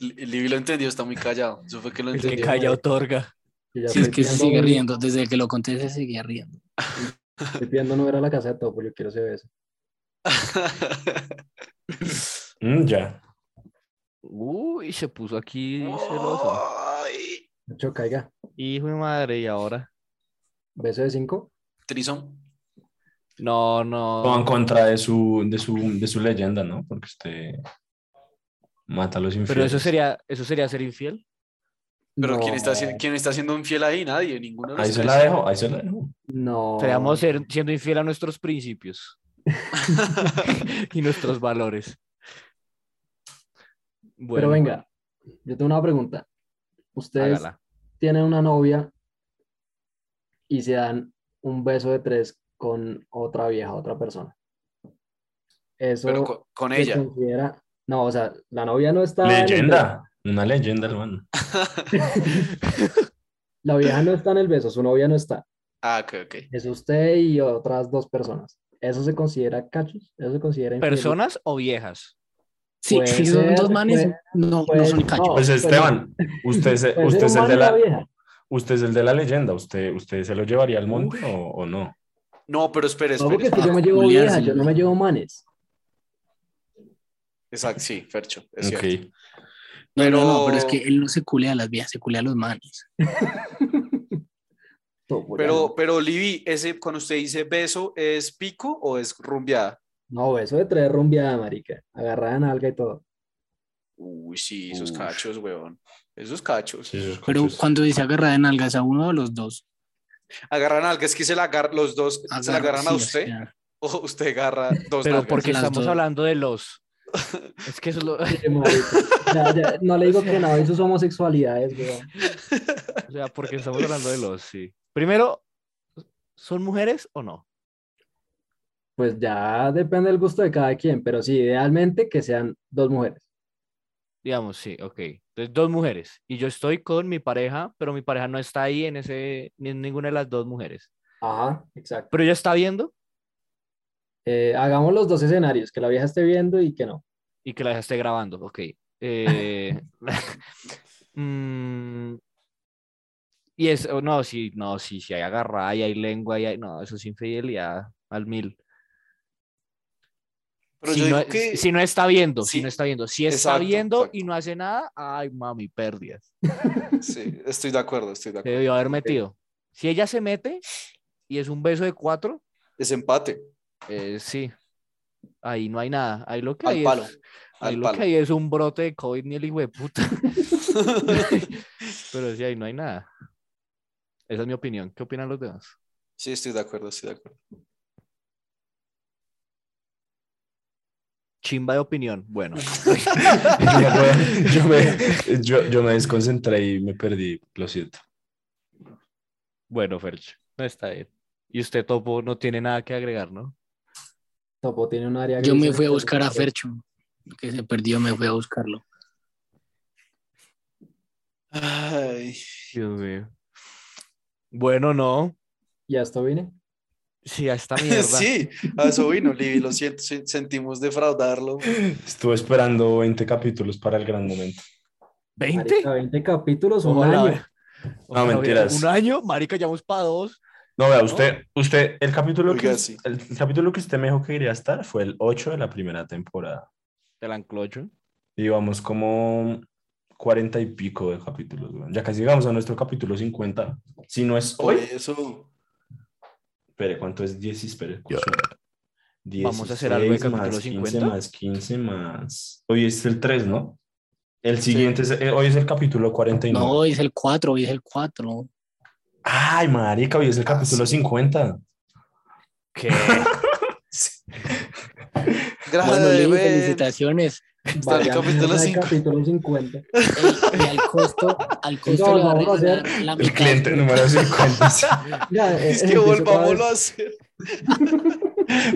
Speaker 2: Libby lo entendió, está muy callado. Eso fue que lo
Speaker 1: el que
Speaker 2: entendió.
Speaker 1: calla otorga.
Speaker 5: yo ya
Speaker 3: Si es
Speaker 5: estoy
Speaker 3: que se
Speaker 5: viendo-
Speaker 3: sigue riendo, desde que lo conté se seguía riendo.
Speaker 5: Estoy pidiendo no ver a la casa de Topo, yo quiero ese beso.
Speaker 4: Mm, ya.
Speaker 1: Uy, se puso aquí celoso.
Speaker 2: Ay,
Speaker 5: Nacho, caiga.
Speaker 1: Hijo de madre, y ahora.
Speaker 5: Beso de cinco.
Speaker 2: Trison.
Speaker 1: No,
Speaker 4: Todo en
Speaker 1: no.
Speaker 4: contra de su, de su, de su leyenda, ¿no? Porque usted mata a los infieles.
Speaker 1: Pero eso sería, eso sería ser infiel.
Speaker 2: Pero
Speaker 5: No,
Speaker 2: ¿quién, está, haci- ¿quién está siendo infiel ahí? Nadie, ninguno de los
Speaker 4: Ahí se
Speaker 2: tres.
Speaker 4: la dejo, ahí se la dejo.
Speaker 5: No.
Speaker 1: Seríamos ser, siendo infiel a nuestros principios y nuestros valores.
Speaker 5: Pero
Speaker 1: Bueno,
Speaker 5: venga, yo tengo una pregunta. Ustedes
Speaker 1: hágala.
Speaker 5: tienen una novia y se dan un beso de tres con otra vieja, otra persona. Eso
Speaker 2: Pero con, con
Speaker 5: se
Speaker 2: ella.
Speaker 5: considera. No, o sea, la novia no está. en el beso,
Speaker 4: Leyenda. Una leyenda, hermano.
Speaker 5: La vieja no está en el beso, su novia no está.
Speaker 2: Ah, ok, ok.
Speaker 5: Es usted y otras dos personas. ¿Eso se considera cachos? ¿Eso se considera infidelidad?
Speaker 1: ¿Personas o viejas?
Speaker 3: Sí,
Speaker 5: Puede
Speaker 3: si son
Speaker 5: ser,
Speaker 3: dos manes,
Speaker 5: puede-
Speaker 3: no, no
Speaker 5: puede-
Speaker 3: son cachos.
Speaker 5: no, pues,
Speaker 4: Pues Esteban, usted, se-
Speaker 5: Puede
Speaker 4: usted,
Speaker 5: ser un
Speaker 4: es el
Speaker 5: man
Speaker 4: de
Speaker 5: y una
Speaker 4: la,
Speaker 5: vieja.
Speaker 4: usted es el de la leyenda. ¿Usted, usted se lo llevaría al monte o, o no?
Speaker 2: No, pero espere,
Speaker 5: No, porque
Speaker 2: espere.
Speaker 5: es que yo me llevo
Speaker 3: Julián,
Speaker 5: vieja,
Speaker 3: sí.
Speaker 5: yo no me llevo manes.
Speaker 2: Exacto, sí, Fercho, es
Speaker 4: Ok.
Speaker 2: cierto.
Speaker 3: No, no, no,
Speaker 2: pero-
Speaker 3: pero es que él no se culea a las viejas, se culea a los manes.
Speaker 5: Topo, ya
Speaker 2: Pero, pero Libby, ese, cuando usted dice beso, ¿es pico o es rumbeada?
Speaker 5: No, beso de tres rumbiada, marica. Agarrada en alga y todo.
Speaker 2: Uy, sí, esos
Speaker 4: Uf.
Speaker 2: cachos, weón. Esos cachos.
Speaker 4: Sí, esos
Speaker 3: Pero
Speaker 4: coches.
Speaker 3: cuando dice agarrada en algas a uno o a los dos.
Speaker 2: Agarran al que es que se la agar- los dos se la
Speaker 3: Agarra-
Speaker 2: agarran a
Speaker 3: sí, o
Speaker 2: usted
Speaker 3: sea,
Speaker 2: o usted agarra dos
Speaker 1: Pero
Speaker 2: nalgas?
Speaker 1: porque
Speaker 3: Pues las
Speaker 1: estamos
Speaker 3: dos.
Speaker 1: hablando de los. Es que eso es lo- o
Speaker 5: Sí, marica. Ya, ya, no le digo que no, eso es homosexualidades, weón.
Speaker 1: sea, porque estamos hablando de los, sí. Primero, ¿son mujeres o no?
Speaker 5: Pues ya depende del gusto de cada quien, pero sí, idealmente que sean dos mujeres.
Speaker 1: Digamos, sí, ok. Entonces, dos mujeres. Y yo estoy con mi pareja, pero mi pareja no está ahí en ese, ni en ninguna de las dos mujeres.
Speaker 5: Ajá, exacto.
Speaker 1: Pero ella está viendo
Speaker 5: Eh, hagamos los dos escenarios, que la vieja esté viendo y que no.
Speaker 1: y que la dejaste grabando, ok. Eh, mm, y es, oh, no, sí, no, sí, sí hay agarrada y hay lengua y hay, no, eso es infidelidad al mil.
Speaker 2: Pero
Speaker 1: si,
Speaker 2: yo
Speaker 1: no,
Speaker 2: digo que
Speaker 1: si no está viendo, si
Speaker 2: Sí,
Speaker 1: no está viendo, si está
Speaker 2: exacto,
Speaker 1: viendo
Speaker 2: exacto.
Speaker 1: y no hace nada, ay, mami, pérdidas.
Speaker 2: sí, estoy de acuerdo, estoy de
Speaker 1: Se
Speaker 2: acuerdo.
Speaker 1: debió haber metido. Si ella se mete y es un beso de cuatro,
Speaker 2: Desempate
Speaker 1: eh, sí. Ahí no hay nada. Ahí lo que
Speaker 2: al
Speaker 1: hay
Speaker 2: palo.
Speaker 1: es. ahí
Speaker 2: Al
Speaker 1: lo
Speaker 2: palo.
Speaker 1: que hay es un brote de COVID ni el hijo de puta. Pero sí, ahí no hay nada. Esa es mi opinión. ¿Qué opinan los demás?
Speaker 2: Sí, estoy de acuerdo, estoy de acuerdo.
Speaker 1: Chimba de opinión. Bueno,
Speaker 4: Yo me, yo- yo me desconcentré y me perdí, lo siento.
Speaker 1: bueno, Ferch. No está bien. Y usted, Topo, no tiene nada que agregar, ¿no?
Speaker 5: Topo tiene un área.
Speaker 3: Yo
Speaker 5: gris
Speaker 3: me
Speaker 5: en
Speaker 3: fui a
Speaker 5: el
Speaker 3: buscar a
Speaker 5: territorio.
Speaker 3: Fercho, que se perdió, me fui a buscarlo.
Speaker 2: Ay,
Speaker 1: Dios mío. Bueno, no.
Speaker 5: Y a esto vine.
Speaker 1: Sí, a esta mierda.
Speaker 2: Ah, sí, a eso vino, Libby, lo siento, sen- sentimos defraudarlo.
Speaker 4: Estuve esperando 20 capítulos para el gran momento.
Speaker 1: ¿20?
Speaker 5: Marica, 20 capítulos, un
Speaker 1: Ojalá,
Speaker 5: año.
Speaker 1: ve-
Speaker 2: eh,
Speaker 1: ojalá hubiera-
Speaker 4: mentiras.
Speaker 1: Un año, marica, ya vamos para dos.
Speaker 4: No, vea, usted, usted, el capítulo,
Speaker 2: Oiga,
Speaker 4: que,
Speaker 2: sí.
Speaker 4: el, el capítulo que usted me dijo que quería estar fue el 8 de la primera temporada.
Speaker 1: Del anclocho.
Speaker 4: Y vamos como 40 y pico de capítulos. weón. Ya casi llegamos a nuestro capítulo 50. Si no es
Speaker 2: Por
Speaker 4: hoy,
Speaker 2: eso,
Speaker 4: espere, ¿cuánto es 10? Espere.
Speaker 1: Vamos a hacer algo de
Speaker 4: 16 más
Speaker 1: capítulo
Speaker 4: 15
Speaker 1: 50.
Speaker 4: Más 15 más. Hoy es el 3, ¿no? El siguiente es, eh, hoy es el capítulo 49.
Speaker 3: No, hoy es el 4, hoy es el 4.
Speaker 4: Ay, marica, hoy es el
Speaker 2: Ah,
Speaker 4: capítulo 50.
Speaker 1: ¿Qué?
Speaker 3: Bueno,
Speaker 2: gracias,
Speaker 3: Levi,
Speaker 2: Ben.
Speaker 3: felicitaciones.
Speaker 2: Está el
Speaker 5: Vaya
Speaker 2: capítulo
Speaker 5: mierda de
Speaker 2: cinco.
Speaker 5: capítulo 50.
Speaker 3: Y al costo, al costo
Speaker 5: No,
Speaker 3: le va a
Speaker 5: vamos a hacer
Speaker 3: regalar la
Speaker 4: El
Speaker 3: mitad.
Speaker 4: cliente número 50.
Speaker 5: Ya, eh,
Speaker 2: Es
Speaker 5: eh,
Speaker 2: que
Speaker 5: empiezo
Speaker 2: volvámoslo
Speaker 5: otra
Speaker 2: a hacer.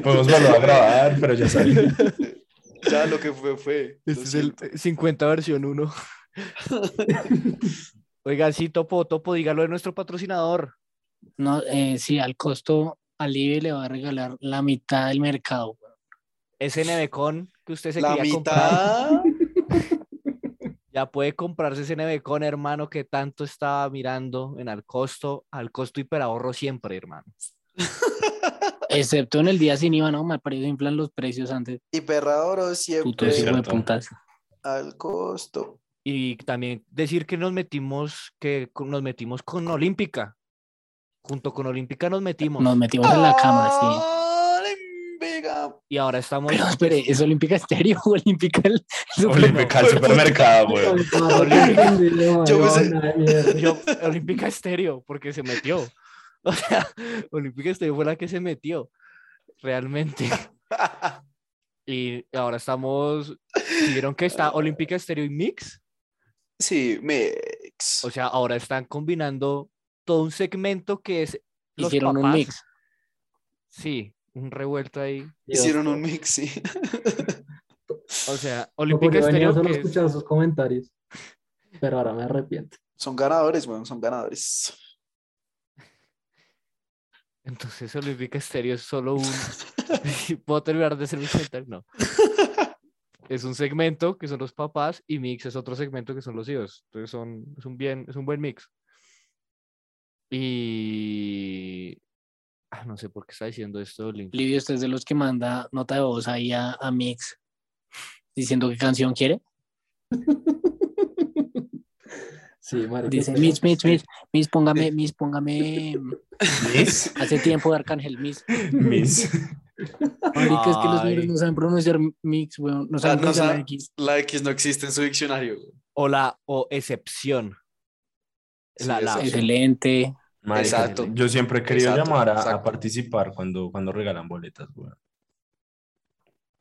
Speaker 4: Podemos volver a grabar, pero ya salió.
Speaker 2: Ya lo que fue, fue. lo
Speaker 1: Este es el
Speaker 2: siento.
Speaker 1: eh, 50 versión 1. Oigan, sí, Topo, Topo, dígalo de nuestro patrocinador.
Speaker 3: No, eh, sí, al costo, a Levi le va a regalar la mitad del mercado.
Speaker 1: SNBCon, que usted se
Speaker 2: La
Speaker 1: quería comprar.
Speaker 2: mitad.
Speaker 1: Ya puede comprarse SNBCon, hermano, que tanto estaba mirando en al costo, al costo hiperahorro siempre, hermano.
Speaker 3: Excepto en el día sin IVA, no, me parece inflan los precios antes.
Speaker 2: Y perradoro
Speaker 3: Puto
Speaker 2: siempre
Speaker 4: Es
Speaker 3: hijo de
Speaker 4: cierto.
Speaker 3: puntas.
Speaker 2: al costo.
Speaker 1: Y también decir que nos metimos, que con- nos metimos con Olímpica. Junto con Olímpica nos metimos.
Speaker 3: Nos metimos en la cama,
Speaker 5: Ah.
Speaker 3: sí.
Speaker 2: Venga.
Speaker 1: Y ahora estamos.
Speaker 3: Pero espere, ¿es Olímpica Estéreo o Olímpica el, el
Speaker 4: Olímpica al supermercado,
Speaker 5: vez.
Speaker 4: güey.
Speaker 5: Con marrón encendido,
Speaker 2: Yo
Speaker 5: marrón,
Speaker 2: pensé-
Speaker 5: ay, mierda.
Speaker 1: Yo, Olímpica Estéreo, porque se metió. O sea, Olímpica Estéreo fue la que se metió, realmente. Y ahora estamos. ¿sí ¿Vieron que está Olímpica Estéreo y Mix?
Speaker 2: Sí, mix.
Speaker 1: O sea, ahora están combinando todo un segmento que es. Los
Speaker 3: Hicieron un
Speaker 1: papás.
Speaker 3: mix.
Speaker 1: Sí, un revuelto ahí.
Speaker 5: Dios,
Speaker 2: Hicieron un mix, sí.
Speaker 1: O sea,
Speaker 5: Topo,
Speaker 1: Olímpica
Speaker 5: yo venía
Speaker 1: Estéreo.
Speaker 5: solo a
Speaker 1: que es-
Speaker 5: escuchar sus comentarios. Pero ahora me arrepiento.
Speaker 2: Son ganadores, weón, son ganadores.
Speaker 1: Entonces Olímpica Estéreo es solo un... ¿Puedo terminar de hacer mi comentario? No. Es un segmento que son los papás y Mix es otro segmento que son los hijos. Entonces son, es, un bien, es un buen mix. Y... Ah, no sé por qué está diciendo esto Olímpica.
Speaker 3: Livio, usted este es de los que manda nota de voz ahí a, a Mix diciendo qué canción quiere.
Speaker 5: Sí, marica.
Speaker 3: Dice,
Speaker 5: usted-
Speaker 3: Mix, Mix, Mix, Mix, póngame, Mix, póngame.
Speaker 4: Miss.
Speaker 3: Hace tiempo de Arcángel Mix.
Speaker 4: Miss.
Speaker 3: Marica, es que los
Speaker 1: Ay.
Speaker 3: negros no saben pronunciar Mix, weón. No saben
Speaker 2: Ah, no
Speaker 3: pronunciar
Speaker 2: saben.
Speaker 3: X.
Speaker 2: La X no existe en su diccionario. weón.
Speaker 1: O la o excepción. La-
Speaker 2: Sí,
Speaker 1: la-
Speaker 2: esa-
Speaker 3: Excelente.
Speaker 4: Marica,
Speaker 2: Exacto.
Speaker 4: Yo siempre he querido
Speaker 2: Exacto,
Speaker 4: llamar a, a
Speaker 2: exacto.
Speaker 4: participar cuando, cuando regalan boletas, güey.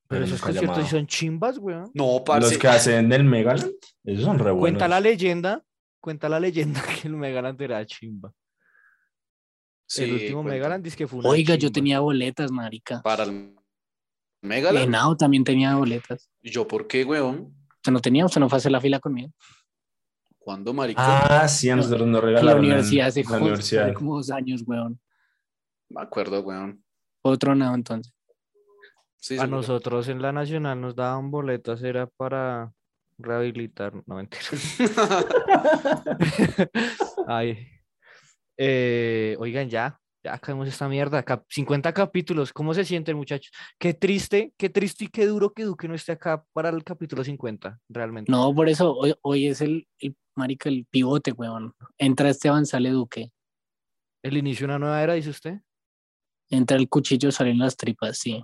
Speaker 1: Pero esos
Speaker 4: nunca he
Speaker 1: conciertos
Speaker 4: llamado.
Speaker 1: son chimbas, weón.
Speaker 2: No,
Speaker 4: Los
Speaker 2: parce.
Speaker 4: que hacen el Megaland, esos son re buenos.
Speaker 1: Cuenta la leyenda, cuenta la leyenda que el Megaland era chimba.
Speaker 2: Sí,
Speaker 1: el último
Speaker 2: Eh, cuenta.
Speaker 1: Megaland dice que fue una
Speaker 3: Oiga, yo
Speaker 1: chimba.
Speaker 3: tenía boletas, marica.
Speaker 2: Para el Megalan.
Speaker 3: Henao también tenía boletas.
Speaker 2: ¿Y ¿Yo por qué, weón?
Speaker 3: Usted no tenía, usted no fue a hacer la fila conmigo.
Speaker 2: ¿Cuándo, marica?
Speaker 4: Ah, sí, a nosotros nos
Speaker 3: En
Speaker 4: regalaron.
Speaker 3: la
Speaker 4: en-
Speaker 3: universidad hace
Speaker 4: en la universidad.
Speaker 3: como dos años, weón.
Speaker 2: Me acuerdo, weón.
Speaker 3: Otro no, entonces.
Speaker 2: Sí,
Speaker 1: A
Speaker 2: seguro.
Speaker 1: nosotros en la Nacional nos daban boletas, era para rehabilitar, no mentira. Ay. Eh, oigan, ya, ya acabemos esta mierda. cap- 50 capítulos, ¿cómo se sienten, muchachos? Qué triste, qué triste y qué duro que Duque no esté acá para el capítulo 50, realmente.
Speaker 3: No, por eso hoy, hoy es el, el, marica, el pivote, weón. Entra Esteban, sale Duque.
Speaker 1: El inicio de una nueva era, dice usted.
Speaker 3: Entra el cuchillo, salen las tripas, sí.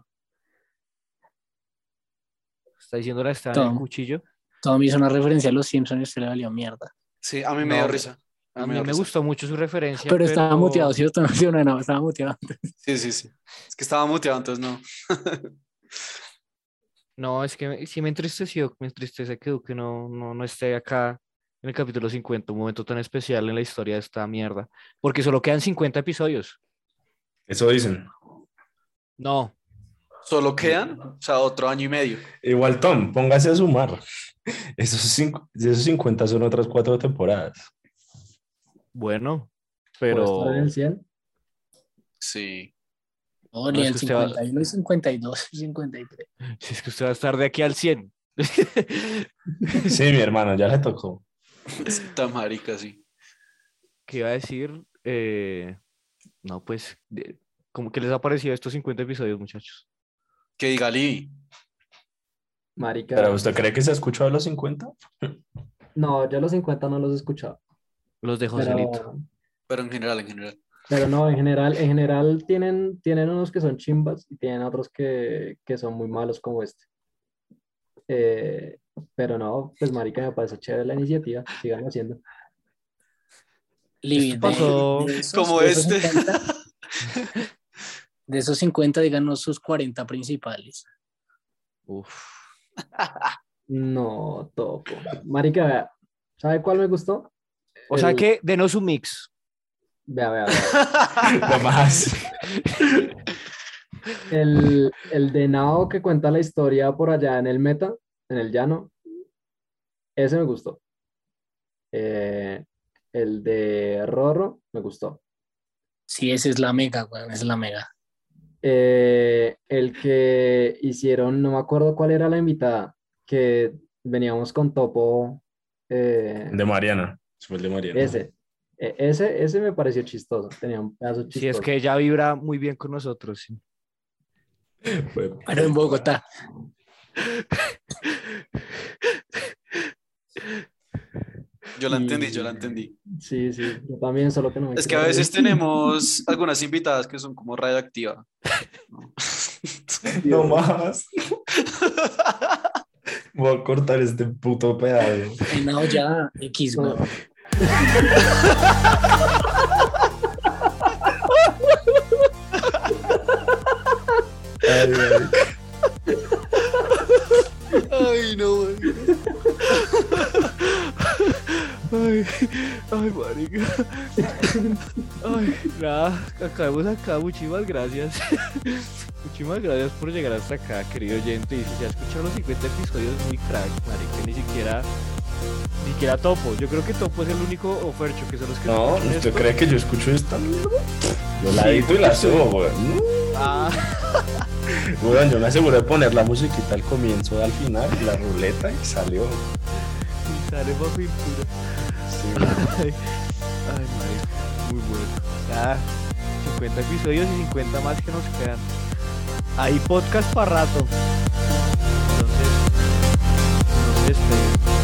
Speaker 1: Está diciendo la está en el
Speaker 3: Tom.
Speaker 1: cuchillo.
Speaker 3: Todo me hizo una referencia a los Simpsons y usted le valió mierda.
Speaker 2: Sí, a mí me dio
Speaker 1: No,
Speaker 2: risa.
Speaker 1: A
Speaker 2: me
Speaker 1: mí
Speaker 2: dio
Speaker 1: me
Speaker 2: risa.
Speaker 1: gustó mucho su referencia.
Speaker 3: Pero estaba muteado, ¿cierto? No, sí, no, no, estaba muteado.
Speaker 2: Sí, sí, sí. Es que estaba muteado, entonces no.
Speaker 1: No, es que me- sí me entristeció, me entristece que Duque no, no, no esté acá en el capítulo 50, un momento tan especial en la historia de esta mierda, porque solo quedan 50 episodios.
Speaker 4: Eso dicen.
Speaker 1: No,
Speaker 2: Solo quedan, o sea, otro año y medio.
Speaker 4: Igual, Tom, póngase a sumar. Esos, cinco- esos 50 son otras cuatro temporadas.
Speaker 1: bueno,
Speaker 5: Puede
Speaker 1: pero
Speaker 5: estar en el 100.
Speaker 2: Sí.
Speaker 3: No,
Speaker 1: No,
Speaker 3: ni
Speaker 1: es
Speaker 3: el
Speaker 1: que usted va-
Speaker 3: 51 y 52 y 53.
Speaker 1: si es que usted va a estar de aquí al 100.
Speaker 4: Sí, mi hermano, ya le tocó.
Speaker 2: Está marica, sí.
Speaker 1: ¿Qué iba a decir? Eh, no, pues, de- ¿cómo que les ha parecido estos 50 episodios, muchachos?
Speaker 2: Que diga Lee.
Speaker 5: Marica.
Speaker 4: ¿Pero usted cree que se ha escuchado los 50?
Speaker 5: No, yo los 50 no los he escuchado.
Speaker 1: Los de Joselito.
Speaker 5: Pero,
Speaker 2: Pero en general, en general.
Speaker 5: pero no, en general, en general tienen, tienen unos que son chimbas y tienen otros que, que son muy malos como este. Eh, pero no, pues marica, me parece chévere la iniciativa. Sigan haciendo.
Speaker 3: Libby, de-
Speaker 1: pasó
Speaker 3: de esos-
Speaker 2: como
Speaker 3: de esos
Speaker 2: este.
Speaker 3: 50, de esos 50, díganos sus 40 principales.
Speaker 1: Uf.
Speaker 5: No, topo. Marica, vea. ¿Sabe cuál me gustó?
Speaker 1: O sea
Speaker 5: El-
Speaker 1: que denos un mix.
Speaker 5: Vea, vea, vea.
Speaker 4: Lo más.
Speaker 5: El, el de Nao que cuenta la historia por allá en el meta, en el llano, ese me gustó. Eh, el de Rorro me gustó.
Speaker 3: Sí, esa es la mega, weón, esa es la mega.
Speaker 5: Eh, el que hicieron, no me acuerdo cuál era la invitada, que veníamos con Topo. eh,
Speaker 4: De Mariana. Fue el de Mariana.
Speaker 5: ese. Eh, ese, ese me pareció chistoso. Tenía un pedazo chistoso.
Speaker 1: Si es que ella vibra muy bien con nosotros. sí.
Speaker 4: Fue-
Speaker 3: Pero en Bogotá.
Speaker 2: Yo la entendí,
Speaker 5: Y-
Speaker 2: yo la entendí.
Speaker 5: Sí, sí, yo también, solo que no me
Speaker 2: Es que a
Speaker 5: quiero
Speaker 2: veces
Speaker 5: reír.
Speaker 2: tenemos algunas invitadas que son como radioactiva.
Speaker 4: No más. Voy a cortar este puto pedazo.
Speaker 3: El Nao ya X,
Speaker 5: No.
Speaker 3: weón.
Speaker 4: Ay, ay.
Speaker 2: Ay, no, güey.
Speaker 1: Ay, ay, marica. Ay, nada, acabemos acá. Muchísimas gracias. Muchísimas gracias por llegar hasta acá, querido oyente. Y si ya escucharon los 50 episodios, muy crack, marica. Ni siquiera, ni siquiera Topo. Yo creo que Topo es el único ofercho que son los que
Speaker 4: No,
Speaker 1: escuchan
Speaker 4: ¿usted
Speaker 1: esto.
Speaker 4: cree que yo escucho esta mierda? Yo la edito y la subo, güey.
Speaker 1: Ah,
Speaker 4: Bueno, yo me aseguré de poner la musiquita al comienzo, al final, la ruleta y salió.
Speaker 1: y sale bajo pintura.
Speaker 4: Sí, güey.
Speaker 1: Ay, ay, marica, muy bueno. Ya, 50 episodios y 50 más que nos quedan. Hay podcast para rato. Entonces, no se despeguen.